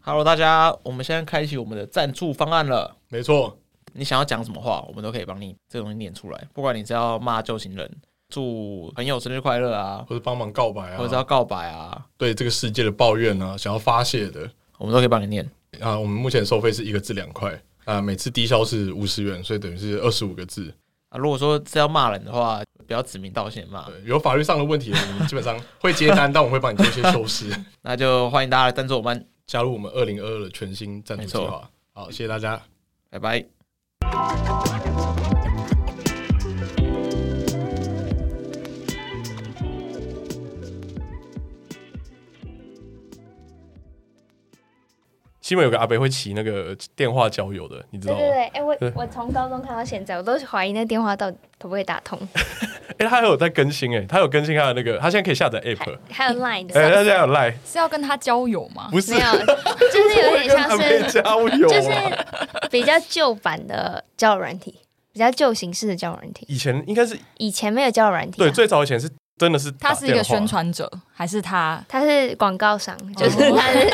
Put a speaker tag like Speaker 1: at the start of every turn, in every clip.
Speaker 1: Hello，大家，我们现在开启我们的赞助方案了。
Speaker 2: 没错，
Speaker 1: 你想要讲什么话，我们都可以帮你这个东西念出来。不管你是要骂旧情人、祝朋友生日快乐啊，
Speaker 2: 或者帮忙告白啊，
Speaker 1: 或者是要告白啊，
Speaker 2: 对这个世界的抱怨啊，想要发泄的
Speaker 1: 我们都可以帮你念。
Speaker 2: 啊，我们目前收费是一个字两块啊，每次低消是五十元，所以等于是二十五个字。
Speaker 1: 啊，如果说是要骂人的话，不要指名道姓骂。
Speaker 2: 对，有法律上的问题，我们基本上会接单，但我们会帮你做一些修 饰。
Speaker 1: 那就欢迎大家来赞助我们，
Speaker 2: 加入我们二零二二的全新赞助计
Speaker 1: 没
Speaker 2: 划
Speaker 1: 错。
Speaker 2: 好，谢谢大家。
Speaker 1: 拜拜。
Speaker 3: 西门有个阿伯会骑那个电话交友的，你知
Speaker 4: 对
Speaker 3: 道吗？
Speaker 4: 对对，哎、我
Speaker 3: 对
Speaker 4: 我从高中看到现在，我都怀疑那电话到底可不可以打 通，
Speaker 3: 哎、他还有在更新哎、他有更新他的那个，他现在可以下载 app，
Speaker 4: 还有 Line
Speaker 3: 哎、他
Speaker 4: 的，
Speaker 3: 现在有 line，
Speaker 5: 是要跟他交友吗？
Speaker 3: 不是
Speaker 4: 没有，就是有点像
Speaker 3: 他可以
Speaker 4: 是
Speaker 3: 交友
Speaker 4: 就是
Speaker 3: 啊。
Speaker 4: 比较旧版的交友软体，比较旧形式的交友软体，
Speaker 3: 以前应该是
Speaker 4: 以前没有交友软体、
Speaker 3: 对，
Speaker 4: 啊，
Speaker 3: 最早以前是真的是
Speaker 5: 他
Speaker 3: 打
Speaker 5: 是一个
Speaker 3: 电话
Speaker 5: 宣，传者，还是他？
Speaker 4: 它是广告商，就是它是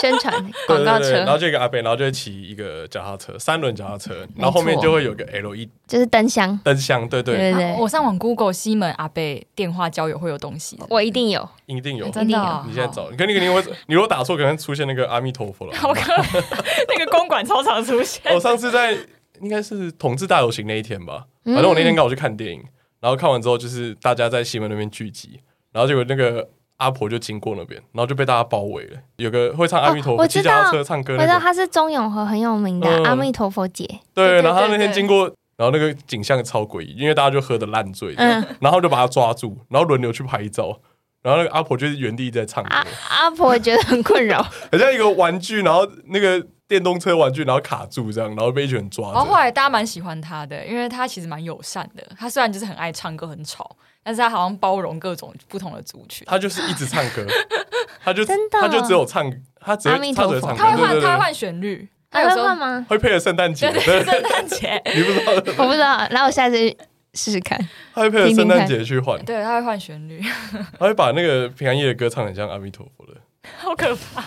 Speaker 4: 宣传
Speaker 3: 对
Speaker 4: 广
Speaker 3: 对
Speaker 4: 告
Speaker 3: 哦对，然后
Speaker 4: 车，
Speaker 3: 就有一个阿伯，然后就会骑一个脚踏车，三轮脚踏车，然后后面就会有一个 L E
Speaker 4: 就是灯箱，
Speaker 3: 灯箱，对对
Speaker 4: 对
Speaker 5: 啊
Speaker 4: 对
Speaker 5: 我上网 Google 西门阿贝电话交友会有东西的，
Speaker 4: 我一定有，
Speaker 3: 一哦定有。
Speaker 5: 真的哦、
Speaker 3: 你现在
Speaker 5: 好，
Speaker 3: 找，你跟那个你会，你如果打错，可能出现那个阿弥陀佛了。
Speaker 5: 好可怕， 那个公馆操场 出现，
Speaker 3: 我上次在应该是同志大游行那一天吧，
Speaker 5: 嗯
Speaker 3: 反
Speaker 4: 嗯
Speaker 3: 正我那天刚好去看电影，然后看完之后就是大家在西门那边聚集，然后结果那个阿婆就经过那边，然后就被大家包围了。有个会唱阿弥陀
Speaker 4: 哦
Speaker 3: 佛、
Speaker 4: 我知
Speaker 3: 骑
Speaker 4: 道
Speaker 3: 脚踏车唱歌
Speaker 4: 我
Speaker 3: 那
Speaker 4: 知道
Speaker 3: 个，
Speaker 4: 它是中永和很有名的
Speaker 3: 嗯
Speaker 4: 阿弥陀佛节，
Speaker 3: 对，
Speaker 5: 对对
Speaker 3: 然后他
Speaker 5: 对
Speaker 3: 那天
Speaker 5: 对
Speaker 3: 经过。然后那个景象超诡异，因为大家就喝的烂醉，
Speaker 4: 嗯
Speaker 3: 然后就把他抓住，然后轮流去拍照，然后那个阿婆就是原地在唱歌，
Speaker 5: 啊
Speaker 4: 阿阿婆觉得很困扰，
Speaker 3: 很像一个玩具，然后那个电动车玩具，然后卡住这样，然后被一群人抓
Speaker 5: 然后
Speaker 3: 着
Speaker 5: 后。来大家蛮喜欢他的，因为他其实蛮友善的。他虽然就是很爱唱歌、很吵，但是他好像包容各种不同的族群。
Speaker 3: 他就是一直唱 歌，他就
Speaker 4: 真的
Speaker 5: 哦
Speaker 3: 他就只有唱，他只
Speaker 4: 阿
Speaker 3: 会
Speaker 4: 弥
Speaker 3: 他
Speaker 4: 陀
Speaker 3: 只会唱
Speaker 4: 佛
Speaker 3: 歌，
Speaker 5: 他会
Speaker 3: 对
Speaker 5: 换，
Speaker 3: 对
Speaker 5: 他会
Speaker 3: 对，
Speaker 5: 换旋律，他
Speaker 4: 还
Speaker 5: 有
Speaker 4: 啊会
Speaker 5: 时候
Speaker 4: 换吗？
Speaker 3: 会配合圣诞节，
Speaker 5: 对
Speaker 3: 对，对
Speaker 5: 对圣诞 节，
Speaker 3: 你不知道，
Speaker 4: 我不知道，然后我下次试试看。
Speaker 3: 他会配合圣诞节去换，
Speaker 5: 对，他会换旋律，
Speaker 3: 他会把那个平安夜的歌唱得很像阿弥陀佛的，
Speaker 5: 好可怕。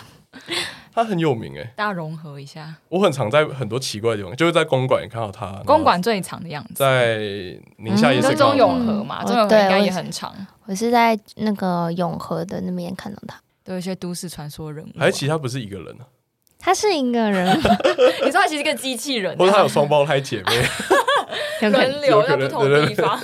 Speaker 3: 他很有名哎，
Speaker 5: 大家融合一下，
Speaker 3: 我很常在很多奇怪的地方，就是在公馆也看到他，
Speaker 5: 公馆最长的样子。
Speaker 3: 在宁夏夜
Speaker 4: 也
Speaker 5: 你
Speaker 3: 市看到
Speaker 5: 说嗯
Speaker 3: 他
Speaker 5: 中永和嘛，
Speaker 4: 嗯
Speaker 5: 中永和
Speaker 4: 对
Speaker 5: 应该
Speaker 4: 我
Speaker 5: 也
Speaker 4: 也
Speaker 5: 很长，
Speaker 4: 我是在那个永和的那边看到他，
Speaker 5: 都有一些都市传说人物啊。
Speaker 3: 还是其他不是一个人啊，
Speaker 4: 他是一个人，
Speaker 5: 你说他其实是个机器人，
Speaker 3: 或者他有双胞胎姐妹。
Speaker 4: 有可能
Speaker 5: 轮流在不同
Speaker 3: 有可能
Speaker 5: 的地方。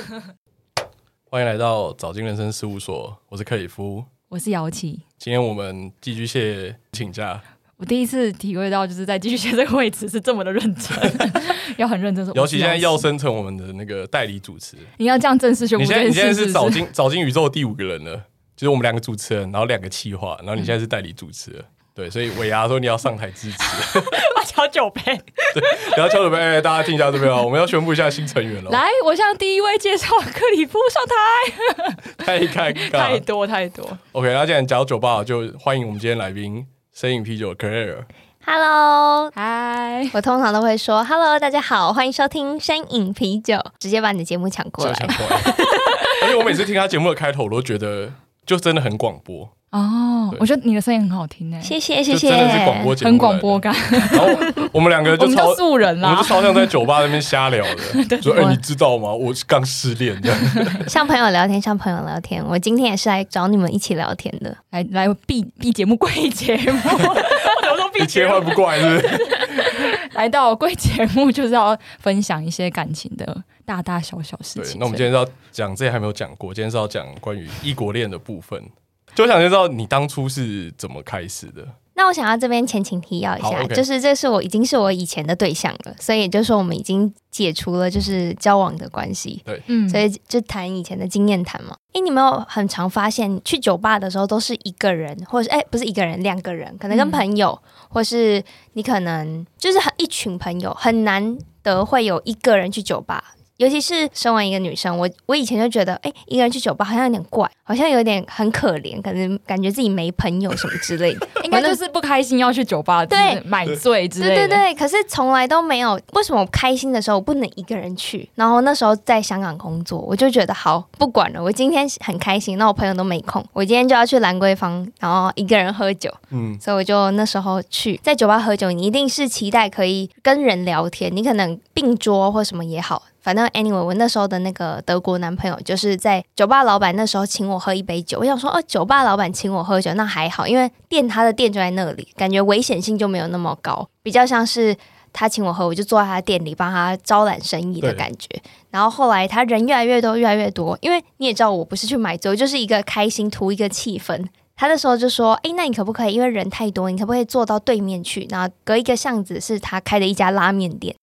Speaker 3: 欢迎来到早金人生事务所，我是克里夫，
Speaker 5: 我是姚琪，
Speaker 3: 今天我们寄居蟹请假，
Speaker 5: 我第一次体会到就是在继续学这个位置是这么的认真，要很认真说。
Speaker 3: 尤其
Speaker 5: 我是
Speaker 3: 现在要升成我们的那个代理主持人。
Speaker 5: 你要这样正式宣布
Speaker 3: 你现
Speaker 5: 这
Speaker 3: 在
Speaker 5: 件
Speaker 3: 你
Speaker 5: 事
Speaker 3: 现在
Speaker 5: 是不
Speaker 3: 是早金早金宇宙第五个人了，就是我们两个主持人，然后两个企划，然后你现在是代理主持人。对，所以尾牙说你要上台支持，
Speaker 5: 我小酒杯。
Speaker 3: 然后敲准备，哎、大家听一下这边哦，我们要宣布一下新成员哦了，
Speaker 5: 来，我向第一位介绍克里夫上台，
Speaker 3: 太尴
Speaker 5: 太
Speaker 3: 尬。
Speaker 5: 多太多。
Speaker 3: OK，那既然讲到酒吧，就欢迎我们今天来宾深饮啤酒 Clare。
Speaker 4: Hello，
Speaker 5: 嗨，
Speaker 4: 我通常都会说 Hello，大家好，欢迎收听山饮啤酒，直接把你的节目抢过
Speaker 3: 真的
Speaker 4: 来
Speaker 3: 想。过来，而且我每次听他节目的开头，我都觉得就真的很广播，
Speaker 5: 哦
Speaker 3: 对，
Speaker 5: 我觉得你的声音很好听诶，
Speaker 4: 谢谢谢
Speaker 3: 就
Speaker 4: 谢，
Speaker 3: 真的是广播节目，
Speaker 5: 很广播。感。
Speaker 3: 然后我们两个
Speaker 5: 我
Speaker 3: 就
Speaker 5: 们
Speaker 3: 超
Speaker 5: 都素人
Speaker 3: 我们
Speaker 5: 啦
Speaker 3: 就，超像在酒吧那边瞎聊的，说：“哎、
Speaker 4: 我
Speaker 3: 你知道吗？我是刚失 恋的。
Speaker 4: 像朋友聊天，像朋友聊天。我今天也是来找你们一起聊天的。
Speaker 5: 来来避避节目贵节 目，我怎么说”避
Speaker 3: 你
Speaker 5: 节
Speaker 3: 切
Speaker 5: 目
Speaker 3: 换？不过来是不是？
Speaker 5: 来到贵节目就是要分享一些感情的大大小小事
Speaker 3: 对，
Speaker 5: 情。
Speaker 3: 那我们今天是要讲这些还没有讲过，今天是要讲关于异国恋的部分。就想知道你当初是怎么开始的？
Speaker 4: 那我想要这边前情提要一
Speaker 3: 好
Speaker 4: 下，
Speaker 3: ，OK
Speaker 4: 就是这是我已经是我以前的对象了，所以也就是说我们已经解除了就是交往的关系。
Speaker 5: 嗯
Speaker 4: 所以就谈以前的经验谈嘛。诶，你们有很常发现去酒吧的时候都是一个人，或者是诶不是一个人，两个人，可能跟
Speaker 5: 嗯
Speaker 4: 朋友，或是你可能就是很一群朋友，很难得会有一个人去酒吧。尤其是身为一个女生，我我以前就觉得，哎、一个人去酒吧好像有点怪，好像有点很可怜，可能感觉自己没朋友什么之类的。
Speaker 5: 应该就是不开心要去酒吧，
Speaker 4: 对
Speaker 5: 就是买醉之类
Speaker 4: 对
Speaker 5: 的。
Speaker 4: 对对，可是从来都没有。为什么我开心的时候我不能一个人去？然后那时候在香港工作，我就觉得好不管了，我今天很开心，那我朋友都没空，我今天就要去兰桂坊，然后一个人喝酒。
Speaker 3: 嗯，
Speaker 4: 所以我就那时候去在酒吧喝酒，你一定是期待可以跟人聊天，你可能并桌或什么也好，反正 anyway，我那时候的那个德国男朋友就是在酒吧老板那时候请我喝一杯酒，我想说哦，酒吧老板请我喝酒那还好，因为店他的店就在那里，感觉危险性就没有那么高，比较像是。他请我喝，我就坐在他店里帮他招揽生意的
Speaker 3: 对
Speaker 4: 感觉。然后后来他人越来越多，越来越多，因为你也知道，我不是去买醉，我就是一个开心图一个气氛。他那时候就说：“诶，那你可不可以，因为人太多，你可不可以坐到对面去？然后隔一个巷子是他开的一家拉面店，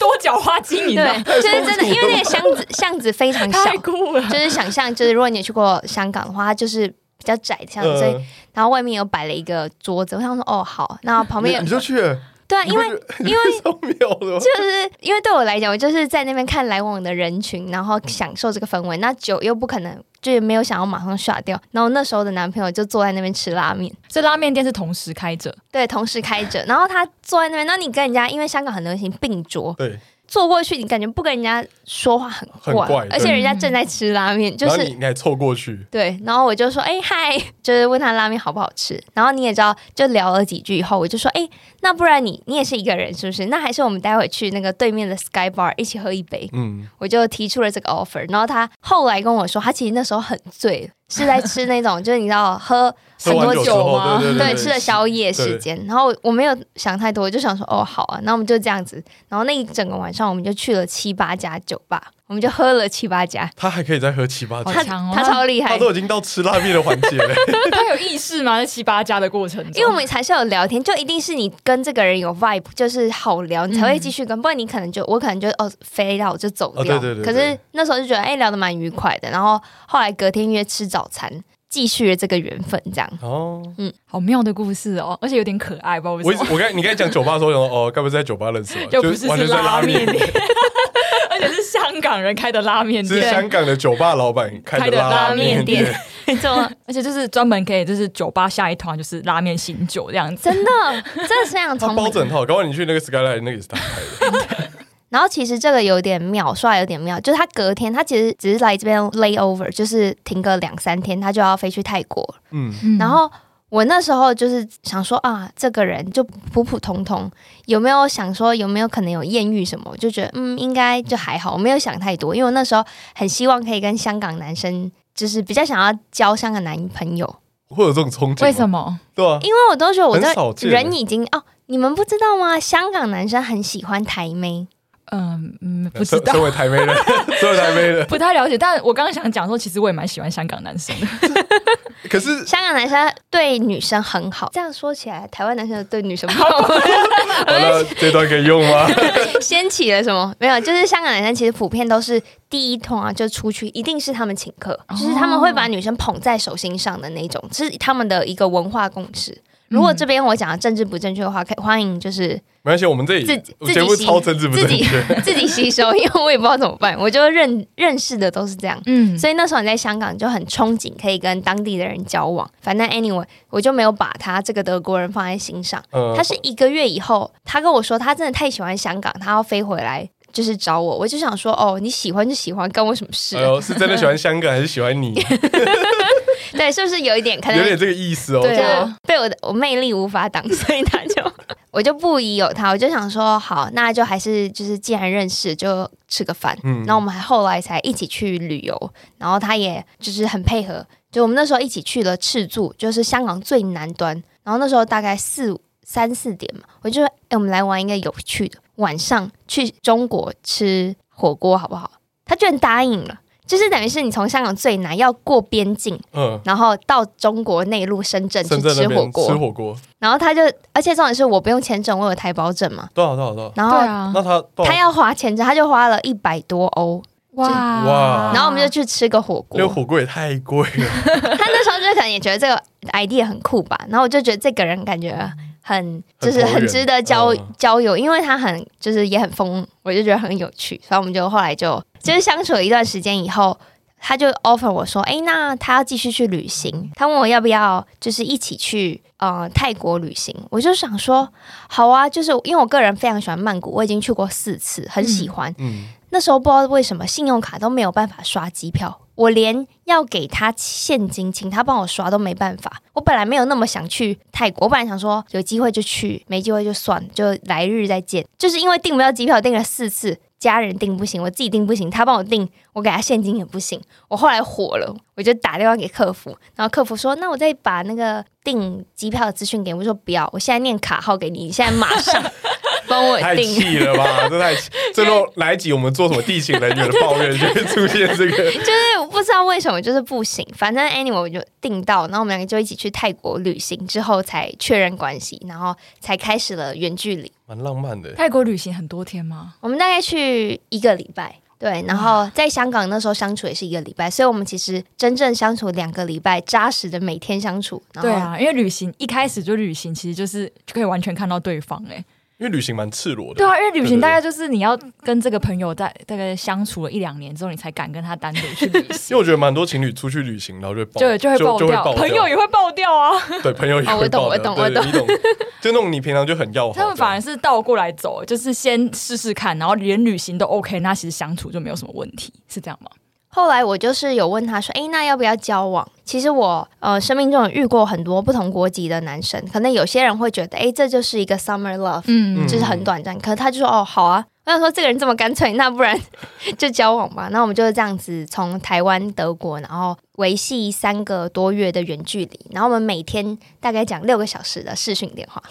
Speaker 5: 多角化经营啊
Speaker 4: 对，，就是真的，因为那个巷子巷子非 常小
Speaker 5: 太，酷了。
Speaker 4: 就是想象，就是如果你有去过香港的话，它就是比较窄的巷子，所以
Speaker 3: 呃
Speaker 4: 然后外面有摆了一个桌子，我想说哦好，那旁边
Speaker 2: 你你就去了，
Speaker 4: 对啊，因为因 为
Speaker 3: 都没有了。
Speaker 4: 就是因为对我来讲，我就是在那边看来往的人群，然后享受这个氛围。那酒又不可能，就是没有想要马上耍掉。然后那时候的男朋友就坐在那边吃拉面，
Speaker 5: 所以拉面店是同时开着，
Speaker 4: 对，同时开着。然后他坐在那边，那你跟人家因为香港很流行并桌，
Speaker 3: 对，
Speaker 4: 坐过去你感觉不跟人家说话很怪，
Speaker 3: 很怪对
Speaker 4: 而且人家正在吃拉面，就
Speaker 3: 然后
Speaker 4: 是
Speaker 3: 你你还凑过去，
Speaker 4: 对，然后我就说，哎、嗨，就是问他拉面好不好吃。然后你也知道，就聊了几句以后，我就说，哎、那不然你你也是一个人是不是？那还是我们待会去那个对面的 Sky Bar 一起喝一杯。
Speaker 3: 嗯，
Speaker 4: 我就提出了这个 offer。然后他后来跟我说，他其实那时候很醉，是在吃那种就是你知道喝
Speaker 3: 喝
Speaker 4: 很多
Speaker 3: 完酒之
Speaker 4: 酒。
Speaker 3: 后，
Speaker 5: 吗
Speaker 3: 对对
Speaker 4: 对，吃了宵夜时间，然后我没有想太多，我就想说，哦，好啊，那我们就这样子。然后那一整个晚上，我们就去了七八家酒吧，我们就喝了七八家。
Speaker 3: 他还可以再喝七八
Speaker 5: 好
Speaker 3: 酒，
Speaker 4: 他
Speaker 5: 强哦
Speaker 4: 他超厉害
Speaker 3: 他，都已经到吃拉面的环节了。
Speaker 5: 他有意识吗？在七八家的过程中，
Speaker 4: 因为我们才是有聊天，就一定是你跟这个人有 vibe，就是好聊，你才会继续跟，不然你可能就我可能就哦飞到我就走掉。
Speaker 3: 哦对对对
Speaker 4: 可是那时候就觉得哎、聊得蛮愉快的，然后后来隔天约吃早餐，继续了这个缘分， 这样。
Speaker 3: 哦，
Speaker 5: 好妙的故事哦，而且有点可爱，不知道为
Speaker 3: 我一
Speaker 5: 什
Speaker 3: 直
Speaker 5: 么。
Speaker 3: 我刚你刚才讲酒吧的时候，我想说哦，该不是在酒吧认识吧？
Speaker 5: 就不是
Speaker 3: 完
Speaker 5: 是
Speaker 3: 全在
Speaker 5: 拉
Speaker 3: 面
Speaker 5: 面， 店，而且是香港人开的拉面
Speaker 3: 是
Speaker 5: 店，
Speaker 3: 香港的酒吧老板开
Speaker 5: 开的
Speaker 3: 拉
Speaker 5: 拉面
Speaker 3: 店。
Speaker 4: 店，没错，
Speaker 5: 而且就是专门可以，就是酒吧下一团就是拉面醒酒这样子。
Speaker 4: 真的，真的是这样
Speaker 3: 他
Speaker 4: 从
Speaker 3: 包整套，刚刚你去那个 Skyline 那个也是他开的，
Speaker 4: 然后其实这个有点妙，说来有点妙，就是他隔天他其实只是来这边 layover，就是停个两三天，他就要飞去泰国
Speaker 3: 嗯，
Speaker 4: 然后我那时候就是想说啊，这个人就普普通通，有没有想说有没有可能有艳遇什么？我就觉得嗯，应该就还好，我没有想太多，因为我那时候很希望可以跟香港男生，就是比较想要交香港男朋友，
Speaker 3: 会有这种憧憬吗？
Speaker 5: 为什么？
Speaker 3: 对啊，
Speaker 4: 因为我都觉得我
Speaker 3: 很少
Speaker 4: 这
Speaker 3: 见
Speaker 4: 人已经哦，你们不知道吗？香港男生很喜欢台妹，
Speaker 5: 嗯嗯，不知
Speaker 3: 身
Speaker 5: 道
Speaker 3: 身，为台妹人， 身为台妹人，
Speaker 5: 不太了解。但我刚刚想讲说，其实我也蛮喜欢香港男生的。
Speaker 3: 可是
Speaker 4: 香港男生对女生很好。这样说起来，台湾男生对女生不好。
Speaker 3: 完了
Speaker 5: 哎
Speaker 3: 这段可以用吗？
Speaker 4: 掀起了什么？没有，就是香港男生其实普遍都是第一通啊，就出去一定是他们请客，就是他们会把女生捧在手心上的那种，是他们的一个文化共识。如果这边我讲的政治不正确的话，可以欢迎就是
Speaker 3: 没关系，我们这里
Speaker 4: 自己
Speaker 3: 我们节目
Speaker 4: 自己吸
Speaker 3: 超政治不正
Speaker 4: 自己
Speaker 3: 确，
Speaker 4: 自己吸收，因为我也不知道怎么办，我就认认识的都是这样。
Speaker 5: 嗯，
Speaker 4: 所以那时候你在香港就很憧憬可以跟当地的人交往，反正 anyway 我就没有把他这个德国人放在心上。
Speaker 3: 嗯
Speaker 4: 他是一个月以后，他跟我说他真的太喜欢香港，他要飞回来就是找我。我就想说，哦，你喜欢就喜欢，关我什么事
Speaker 3: 哎？呦，是真的喜欢香港还是喜欢 你？
Speaker 4: 对，是不是有一点可能
Speaker 3: 有点这个意思哦。
Speaker 5: 对
Speaker 4: 就
Speaker 5: 啊
Speaker 4: 被我的我魅力无法挡，所以他就 我就不疑有他，我就想说，好，那就还是就是既然认识就吃个饭。
Speaker 3: 嗯
Speaker 4: 然后我们还后来才一起去旅游，然后他也就是很配合，就我们那时候一起去了赤柱，就是香港最南端。然后那时候大概四三四点嘛，我就说，哎、我们来玩一个有趣的，晚上去中国吃火锅好不好？他居然答应了，就是等于是你从香港最南要过边境，
Speaker 3: 嗯，
Speaker 4: 然后到中国内陆深圳去
Speaker 3: 深圳那
Speaker 4: 吃火
Speaker 3: 边
Speaker 4: 锅，
Speaker 3: 吃火锅，
Speaker 4: 然后他就，而且重点是我不用签证，我有台胞证嘛，
Speaker 3: 多少多少多少？
Speaker 4: 然
Speaker 5: 对
Speaker 4: 后
Speaker 5: 啊，
Speaker 3: 那他多少
Speaker 4: 嗯他要花签证，他就花了一百多欧，
Speaker 5: 哇
Speaker 3: 哇
Speaker 4: 然后我们就去吃个火
Speaker 3: 那个
Speaker 4: 锅。
Speaker 3: 啊火锅也太贵了，
Speaker 4: 他那时候就可能也觉得这个 idea 很酷吧，然后我就觉得这个人感觉很
Speaker 3: 很
Speaker 4: 就是
Speaker 3: 投
Speaker 4: 很
Speaker 3: 缘
Speaker 4: 值得交、
Speaker 3: 嗯
Speaker 4: 交友，因为他很就是也很疯，我就觉得很有趣，所以我们就后来就就是相处了一段时间以后。他就 offer 我说：“诶，那他要继续去旅行，他问我要不要就是一起去呃泰国旅行。”我就想说：“好啊，就是因为我个人非常喜欢曼谷，我已经去过四次，很喜欢。
Speaker 3: 嗯，
Speaker 4: 那时候不知道为什么信用卡都没有办法刷机票，我连要给他现金，请他帮我刷都没办法。我本来没有那么想去泰国，我本来想说有机会就去，没机会就算，就来日再见。就是因为订不到机票，订了四次。家人订不行，我自己订不行，他帮我订，我给他现金也不行。我后来火了，我就打电话给客服，然后客服说：“那我再把那个订机票的资讯给你。”我说：“不要，我现在念卡号给你，你现在马上 帮我
Speaker 3: 太
Speaker 4: 订。”
Speaker 3: 气了吧，这太气！这都哪一集我们做什么地勤人员的抱怨就会出现这 个？
Speaker 4: 就是我不知道为什么就是不行，反正 anyway 我就订到，然后我们两个就一起去泰国旅行，之后才确认关系，然后才开始了远距离。
Speaker 3: 蛮浪漫的，
Speaker 5: 泰国旅行很多天吗？
Speaker 4: 我们大概去一个礼拜，对，然后在香港那时候相处也是一个礼拜，所以我们其实真正相处两个礼拜，扎实的每天相处。然后
Speaker 5: 对，啊，因为旅行一开始就旅行，其实就是就可以完全看到对方哎、
Speaker 3: 因为旅行蛮赤裸的。
Speaker 5: 对啊，因为旅
Speaker 3: 对对
Speaker 5: 行大概就是你要跟这个朋友在大概相处了一两年之后，你才敢跟他单独去旅
Speaker 3: 因
Speaker 5: 行
Speaker 3: 为，我觉得蛮多情侣出去旅行，然后就会爆
Speaker 5: 就就会爆
Speaker 3: 就
Speaker 5: 掉，朋友也会爆掉啊。
Speaker 3: 对朋友也
Speaker 4: 哦
Speaker 3: 会
Speaker 4: 我懂
Speaker 3: 爆
Speaker 4: 我
Speaker 3: 掉，
Speaker 4: 懂
Speaker 3: 对
Speaker 4: 我
Speaker 3: 对你懂，就那种你平常就很要好的，
Speaker 5: 他们反而是倒过来走，就是先试试看，然后连旅行都 OK，那其实相处就没有什么问题，是这样吗？
Speaker 4: 后来我就是有问他说：“诶，那要不要交往？”其实我呃生命中有遇过很多不同国籍的男生，可能有些人会觉得：“诶，这就是一个 summer love。”
Speaker 5: 嗯
Speaker 3: 嗯
Speaker 4: 就是很短暂。可是他就说哦，好啊。我想说这个人这么干脆，那不然 就交往吧。那我们就是这样子从台湾、德国，然后维系三个多月的远距离，然后我们每天大概讲六个小时的视讯电话，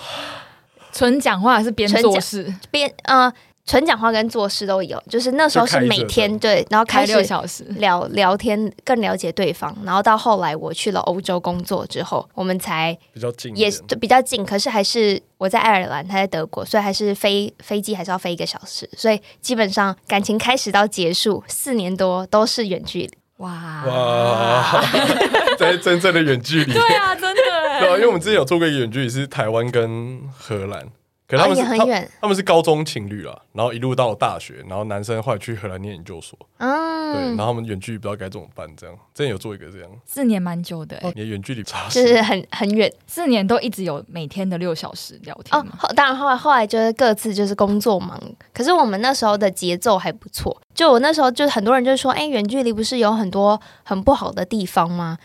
Speaker 5: 纯讲话还是边
Speaker 4: 纯
Speaker 5: 做
Speaker 4: 讲
Speaker 5: 事
Speaker 4: 边呃纯讲话跟做事都有，就是那时候是
Speaker 3: 就开着
Speaker 4: 每天对，然后
Speaker 5: 开
Speaker 4: 开
Speaker 5: 六
Speaker 4: 始
Speaker 5: 小时？
Speaker 4: 聊聊天，更了解对方。然后到后来我去了欧洲工作之后，我们才
Speaker 3: 比较近一
Speaker 4: 也
Speaker 3: 点，
Speaker 4: 是就比较近，可是还是我在爱尔兰，他在德国，所以还是飞飞机还是要飞一个小时，所以基本上感情开始到结束四年多都是远距离。
Speaker 5: 哇
Speaker 3: 哇， 在真正的远距离，
Speaker 5: 对啊，真的
Speaker 3: 对啊，
Speaker 5: 欸
Speaker 3: 因为我们之前有做过一个远距离，是台湾跟荷兰，可是他们
Speaker 4: 啊
Speaker 3: 是、
Speaker 4: 也很
Speaker 3: 他
Speaker 4: 远
Speaker 3: 他们是高中情侣啦，然后一路到大学，然后男生后来去荷兰念研究所，对，
Speaker 4: 嗯
Speaker 3: 然，后他们远距离不知道该怎么办，这样之前有做一个这样，
Speaker 5: 四年蛮久的欸，
Speaker 3: 你的远距离差
Speaker 4: 哦就是很很远
Speaker 5: 四年都一直有每天的六小时聊
Speaker 4: 哦
Speaker 5: 天。嘛。
Speaker 4: 后当然后来后来就是各自就是工作忙，可是我们那时候的节奏还不错。就我那时候就很多人就说，哎，远距离不是有很多很不好的地方吗？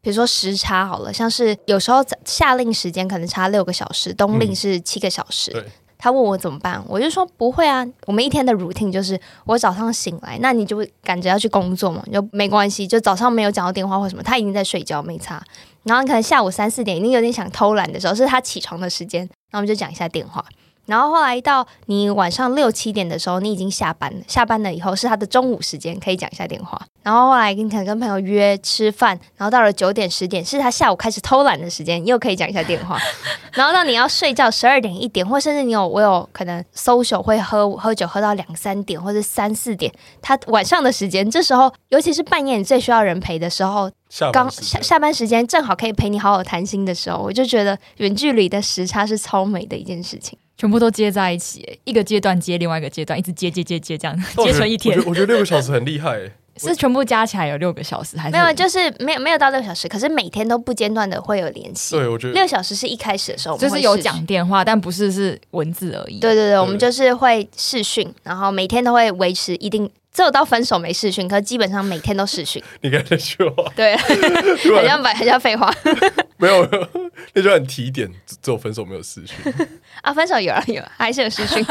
Speaker 4: 比如说时差好了，像是有时候夏令时间可能差六个小时，冬令
Speaker 3: 嗯
Speaker 4: 是七个小时。
Speaker 3: 对
Speaker 4: 他问我怎么办，我就说不会啊，我们一天的 routine 就是我早上醒来，那你就会赶着要去工作嘛，你就没关系，就早上没有讲到电话或什么，他已经在睡觉，没差。然后可能下午三四点已经有点想偷懒的时候，是他起床的时间，那我们就讲一下电话。然后后来到你晚上六七点的时候，你已经下班了。下班了以后是他的中午时间，可以讲一下电话。然后后来你可能跟朋友约吃饭，然后到了九点十点是他下午开始偷懒的时间，又可以讲一下电话。 然后到你要睡觉十二点一点，或甚至你有我有可能 social 会喝喝酒喝到两三点或者三四点，他晚上的时间，这时候尤其是半夜你最需要人陪的时候，
Speaker 3: 下班
Speaker 4: 刚
Speaker 3: 时
Speaker 4: 下
Speaker 3: 间
Speaker 4: 下班时间正好可以陪你好好谈心的时候，我就觉得远距离的时差是超美的一件事情。
Speaker 5: 全部都接在一起欸，一个阶段接另外一个阶段，一直接接接接这样
Speaker 3: 哦但我觉
Speaker 5: 接
Speaker 3: 得
Speaker 5: 成一天
Speaker 3: 我觉，得我觉得六个小时很厉害、欸，
Speaker 5: 是全部加起来有六个小时还是
Speaker 4: 没有，就是没有没有到六小时，可是每天都不间断的会有联系。
Speaker 3: 对我觉得
Speaker 4: 六小时是一开始的时候，我们
Speaker 5: 就
Speaker 4: 会
Speaker 5: 是有
Speaker 4: 视讯
Speaker 5: 讲。电话，但不是是文字而已。
Speaker 4: 对对对，我们就是会视讯，然后每天都会维持一定，只有到分手没视讯，可基本上每天都视讯。
Speaker 3: 你刚才那句 话
Speaker 4: 对，
Speaker 3: 突
Speaker 4: 很
Speaker 3: 然
Speaker 4: 像白，很像废话
Speaker 3: 没有，没有那就很提点，只只有分手没有失去，
Speaker 4: 啊！分手有啊有啊，还是有视 讯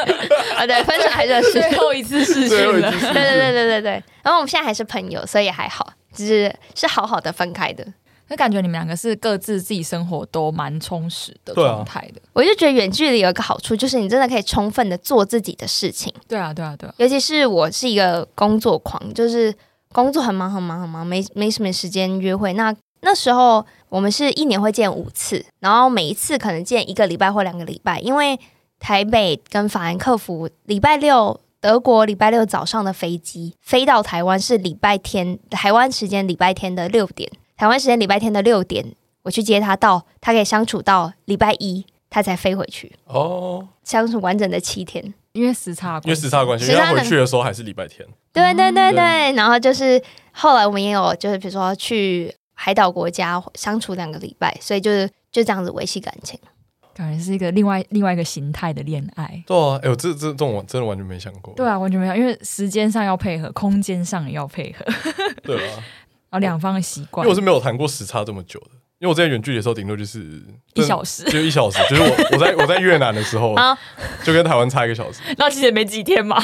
Speaker 4: 啊？对，分手还是有视讯。
Speaker 5: 最后一次试
Speaker 3: 最后
Speaker 5: 训
Speaker 3: 一
Speaker 5: 了
Speaker 3: 次，
Speaker 4: 对对对对对对。然后我们现在还是朋友，所以也还好，只是是好好的分开的。
Speaker 5: 就感觉你们两个是各自自己生活都蛮充实的
Speaker 3: 对啊
Speaker 5: 状态的。
Speaker 4: 我就觉得远距离有一个好处，就是你真的可以充分的做自己的事情。
Speaker 5: 对啊，对啊，对啊，
Speaker 4: 尤其是我是一个工作狂，就是工作很忙很忙很忙，没没什么时间约会。那那时候我们是一年会见五次，然后每一次可能见一个礼拜或两个礼拜，因为台北跟法兰克福礼拜六。德国礼拜六早上的飞机飞到台湾是礼拜天，台湾时间礼拜天的六点，台湾时间礼拜天的六点，我去接他到，他可以相处到礼拜一，他才飞回去，
Speaker 3: 哦，
Speaker 4: 相处完整的七天。
Speaker 5: 因为时差的
Speaker 3: 因为
Speaker 5: 关系，
Speaker 3: 时差的关系，
Speaker 4: 时
Speaker 3: 因为
Speaker 4: 差
Speaker 3: 他
Speaker 4: 的
Speaker 3: 回去的时候还是礼拜天，
Speaker 4: 对对对对，
Speaker 3: 对
Speaker 4: 然后就是后来我们也有就是比如说去海岛国家相处两个礼拜，所以就是就这样子维系感情。
Speaker 5: 感觉是一个另外另外一个形态的恋爱。
Speaker 3: 对啊，哎，我这这这种我真的完全没想过，
Speaker 5: 对啊，完全没有，因为时间上要配合，空间上也要配合， 然
Speaker 3: 对啊，
Speaker 5: 后两方的习
Speaker 3: 因
Speaker 5: 惯
Speaker 3: 为我是没有谈过时差这么久的，因为我之前远距离的时候顶多就是
Speaker 5: 一小时，
Speaker 3: 就一小时，就是我我在我在越南的时候
Speaker 4: 啊，
Speaker 3: 就跟台湾差一个小 时，
Speaker 5: 那其实也没几天嘛。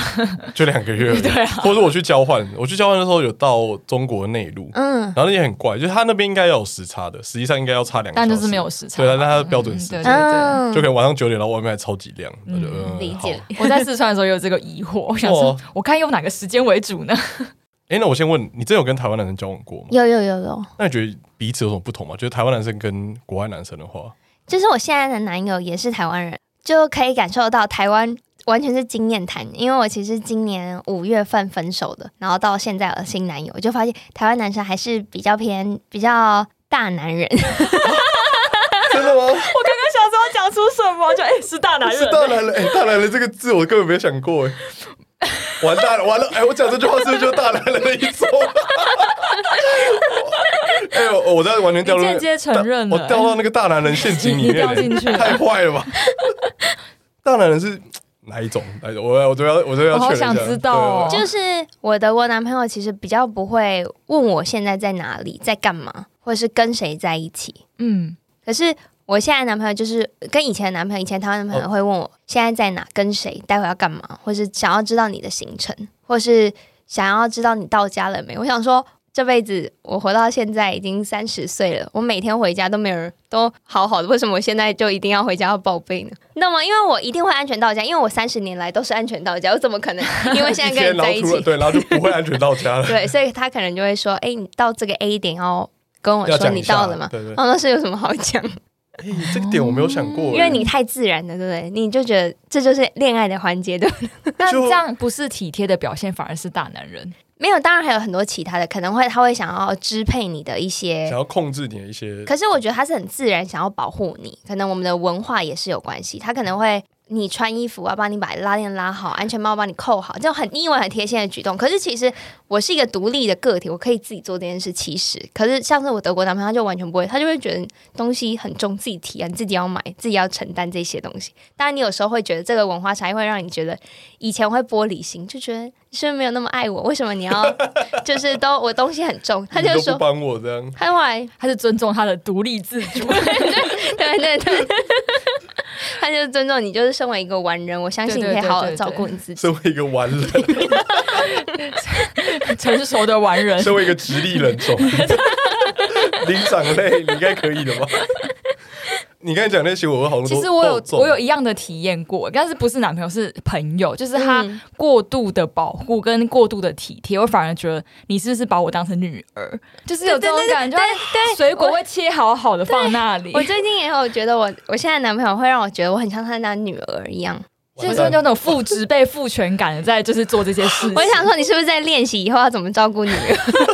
Speaker 3: 就两个月而已，
Speaker 5: 对啊
Speaker 3: 或者我去交换，我去交换的时候有到中国内陆，
Speaker 4: 嗯
Speaker 3: 然后那也很怪，就是他那边应该要有时差的，实际上应该要差两个小
Speaker 5: 但
Speaker 3: 时，
Speaker 5: 就是没有时差
Speaker 3: 对，啊
Speaker 5: 嘛
Speaker 3: 但是它的标准时
Speaker 5: 嗯
Speaker 3: 间
Speaker 5: 对。
Speaker 4: 嗯，
Speaker 3: 就可能晚上九点，然后外面还超级亮，那就
Speaker 5: 嗯
Speaker 3: 嗯，
Speaker 4: 理
Speaker 3: 好
Speaker 4: 解。
Speaker 5: 我在四川的时候也有这个疑惑，我想说
Speaker 3: 哇，
Speaker 5: 我该用哪个时间为主呢？
Speaker 3: 哎，那我先问你，真有跟台湾男生交往过吗？
Speaker 4: 有有有有，
Speaker 3: 那你觉得彼此有什么不同吗？就是台湾男生跟国外男生的 话，
Speaker 4: 就是我现在的男友也是台湾人，就可以感受到台湾完全是经验谈。因为我其实今年五月份分手的，然后到现在有了新男友，我就发现台湾男生还是比较偏比较大男人，
Speaker 2: 真的吗？
Speaker 5: 我刚刚想说要讲出什么，就哎、是大男
Speaker 2: 是
Speaker 5: 人，
Speaker 2: 大男人，哎、大男人这个字我根本没想过，哎，完蛋了，完了，哎、我讲这句话是不是就是大男人的一种？
Speaker 3: 哎呦，我在完全掉入那个
Speaker 5: 你间接承认了
Speaker 3: 我掉到那个大男人陷 阱里面，哎
Speaker 5: 你掉进去了
Speaker 3: 太坏了吧？大男人是哪一种？哪一种？我我这边要我这边要
Speaker 5: 我好
Speaker 3: 确认一下，
Speaker 5: 想知道哦
Speaker 3: 对
Speaker 4: 就是我的我男朋友其实比较不会问我现在在哪里，在干嘛，或者是跟谁在一起。
Speaker 5: 嗯，
Speaker 4: 可是我现在男朋友就是跟以前的男朋友，以前台湾男朋友会问我现在在哪，跟谁，待会要干嘛，或是想要知道你的行程，或是想要知道你到家了没。我想说。这辈子我活到现在已经三十岁了，我每天回家都没有人都好好的，为什么我现在就一定要回家要报备呢？那么，因为我一定会安全到家，因为我三十年来都是安全到家，我怎么可能因为现在
Speaker 3: 一
Speaker 4: 跟
Speaker 3: 天然
Speaker 4: 你在
Speaker 3: 后
Speaker 4: 一
Speaker 3: 突
Speaker 4: 起
Speaker 3: 然？对，然后就不会安全到 家了，
Speaker 4: 对，所以他可能就会说：“哎、你到这个 A 点要跟我
Speaker 3: 要
Speaker 4: 说
Speaker 3: 讲
Speaker 4: 你
Speaker 3: 一下
Speaker 4: 到了吗？”
Speaker 3: 对对
Speaker 4: 哦，那是有什么好讲？
Speaker 3: 哎这个点我没有想过，
Speaker 4: 因为你太自然了，对不对？你就觉得这就是恋爱的环节，对不对？
Speaker 5: 嗯但
Speaker 3: 就
Speaker 5: 这样不是体贴的表现，反而是大男人。
Speaker 4: 没有，当然还有很多其他的，可能会他会想要支配你的一
Speaker 3: 哎想
Speaker 4: 些。
Speaker 3: 要控制你的一些，
Speaker 4: 可是我觉得他是很自然想要保护你，可能我们的文化也是有关系。他可能会你穿衣服啊，帮你把拉链拉好，安全帽帮你扣好，这种很你以为很贴心的举动。可是其实我是一个独立的个体，我可以自己做这件事。其实，可是像是我德国男朋友，他就完全不会，他就会觉得东西很重，自己提啊，你自己要买，自己要承担这些东西。当然，你有时候会觉得这个文化差异会让你觉得以前会玻璃心，就觉得你是不是没有那么爱我？为什么你要 就是都我东西很重？他
Speaker 3: 你
Speaker 4: 就
Speaker 3: 都不
Speaker 4: 说，
Speaker 3: 帮我这样，
Speaker 4: 他后来
Speaker 5: 他是尊重他的独立自主，
Speaker 4: 对对对，他就尊重你，就是身为一个完人，我相信你可以好好照顾你自己。
Speaker 3: 身为一个完人，
Speaker 5: 成熟的 完人。
Speaker 3: 身为一个直立人种，灵长类，你应该可以的吧？你刚才讲那些，我有好多，
Speaker 5: 其实我有
Speaker 3: 都
Speaker 5: 我有一样的体验过，但是不是男朋友是朋友，就是他
Speaker 4: 嗯
Speaker 5: 过度的保护跟过度的体贴，我反而觉得你是不是把我当成女儿，就是有这种感觉，啊
Speaker 4: 对
Speaker 5: 水果会切好好的放那里，
Speaker 4: 我最近也有觉得我，我现在男朋友会让我觉得我很像他的女儿一样。
Speaker 5: 就是有那种父职被父权感的在就是做这些事 情。
Speaker 4: 我想说，你是不是在练习以后要怎么照顾女儿？